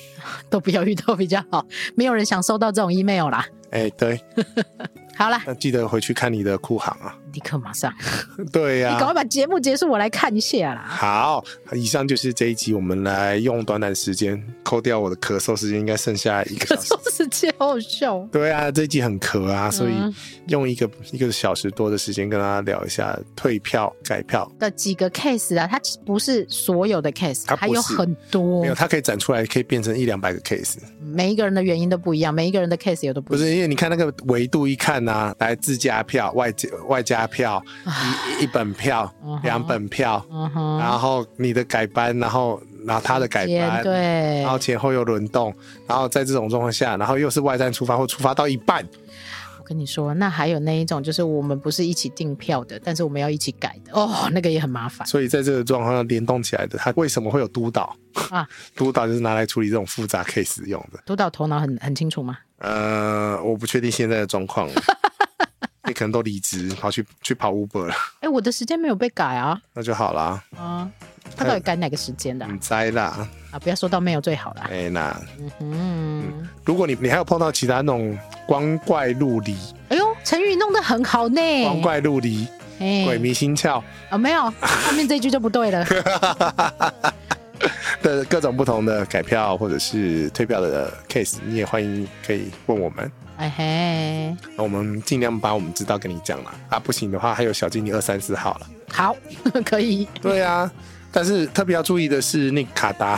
都不要遇到比较好，没有人想收到这种 email 啦。
哎，对，
好啦，
那记得回去看你的库行啊。
立刻马上，
对啊呀、
你赶快把节目结束，我来看一下啦。
好，以上就是这一集，我们来用短短时间扣掉我的咳嗽时间，应该剩下一个
可
小时
说。是界好好笑哦。
对啊，这一集很咳啊，所以
嗯
用一个一个小时多的时间跟大家聊一下退票、改票。
的几个 case 啊，它其实不是所有的 case，
它
还
不
有
是
很多
没有，，它可以展出来，可以变成一两百个 case。
每一个人的原因都不一样，每一个人的 case 也都不
不
一样。
是因为你看那个维度一看呐、来自家票、外加外加票、一一本票
啊嗯哼、
两本票，
嗯哼，
然后你的改班，然后然后他的改
天
班，
对
然，后前后又轮动，然后在这种状况下，然后又是外站出发或出发到一半，
我跟你说，那还有那一种，就是我们不是一起订票的，但是我们要一起改的，哦，那个也很麻烦。
所以在这个状况下联动起来的，它为什么会有督导
啊？
督导就是拿来处理这种复杂 case 用的。
督导头脑很很清楚吗？
呃，我不确定现在的状 况了，你可能都离职跑去去跑 Uber 了，
哎，我的时间没有被改啊，
那就好啦，
啊，他到底改哪个时间的啊
你栽啦，
啊？不要说到没有最好啦。
哎那。
嗯，
如果你你还有碰到其他那种光怪陆离、
哎呦，成语弄得很好呢，
光怪陆离、
哎
鬼迷心窍
啊，没有，后面这一句就不对了。
的各种不同的改票或者是退票的 case，你也欢迎可以问我们，
哎嘿。
那我们尽量把我们知道跟你讲了啊，不行的话还有小经理二三四号了。
好， 可以。
对啊，但是特别要注意的是，那个卡达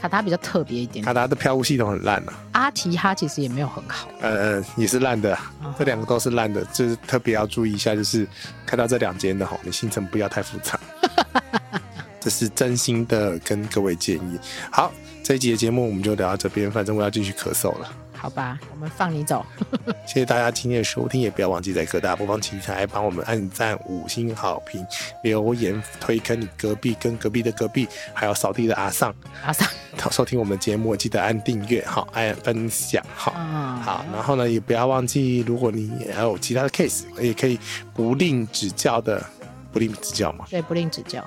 卡啊塔比较特别一点，
卡达的票务系统很烂啊，
阿提哈其实也没有很好。
呃，也是烂的啊，这两个都是烂的，就是特别要注意一下，就是看到这两间的吼，你行程不要太复杂。这是真心的跟各位建议。好，这一集的节目我们就聊到这边，反正我要继续咳嗽了。
好吧，我们放你 走。
谢谢大家今天的收听，也不要忘记在各大播放器台帮我们按赞、五星好评、留言、推坑你隔壁跟隔壁的隔壁，还有扫地的阿尚。
阿桑，
收听我们的节目，记得按订阅哈，按分享哈。
嗯，
好，然后呢，也不要忘记，如果你还有其他的 case，也可以不吝指教的，不吝指教嘛，
对，不吝指教，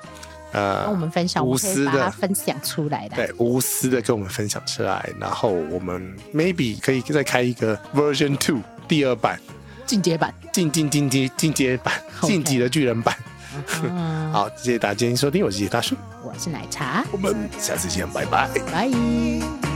跟我
呃，
们分享，我
无
们可
私
以
的
把它分享出来的。
对，无私的跟我们分享出来，然后我们 maybe 可以再开一个 version two 第二版，
进阶版。
进进进阶进阶版，
OK
晋级的巨人版。
嗯，
好，谢谢大家今天收听，我是杰大叔，
我是奶茶，
我们下次见，拜拜。
拜。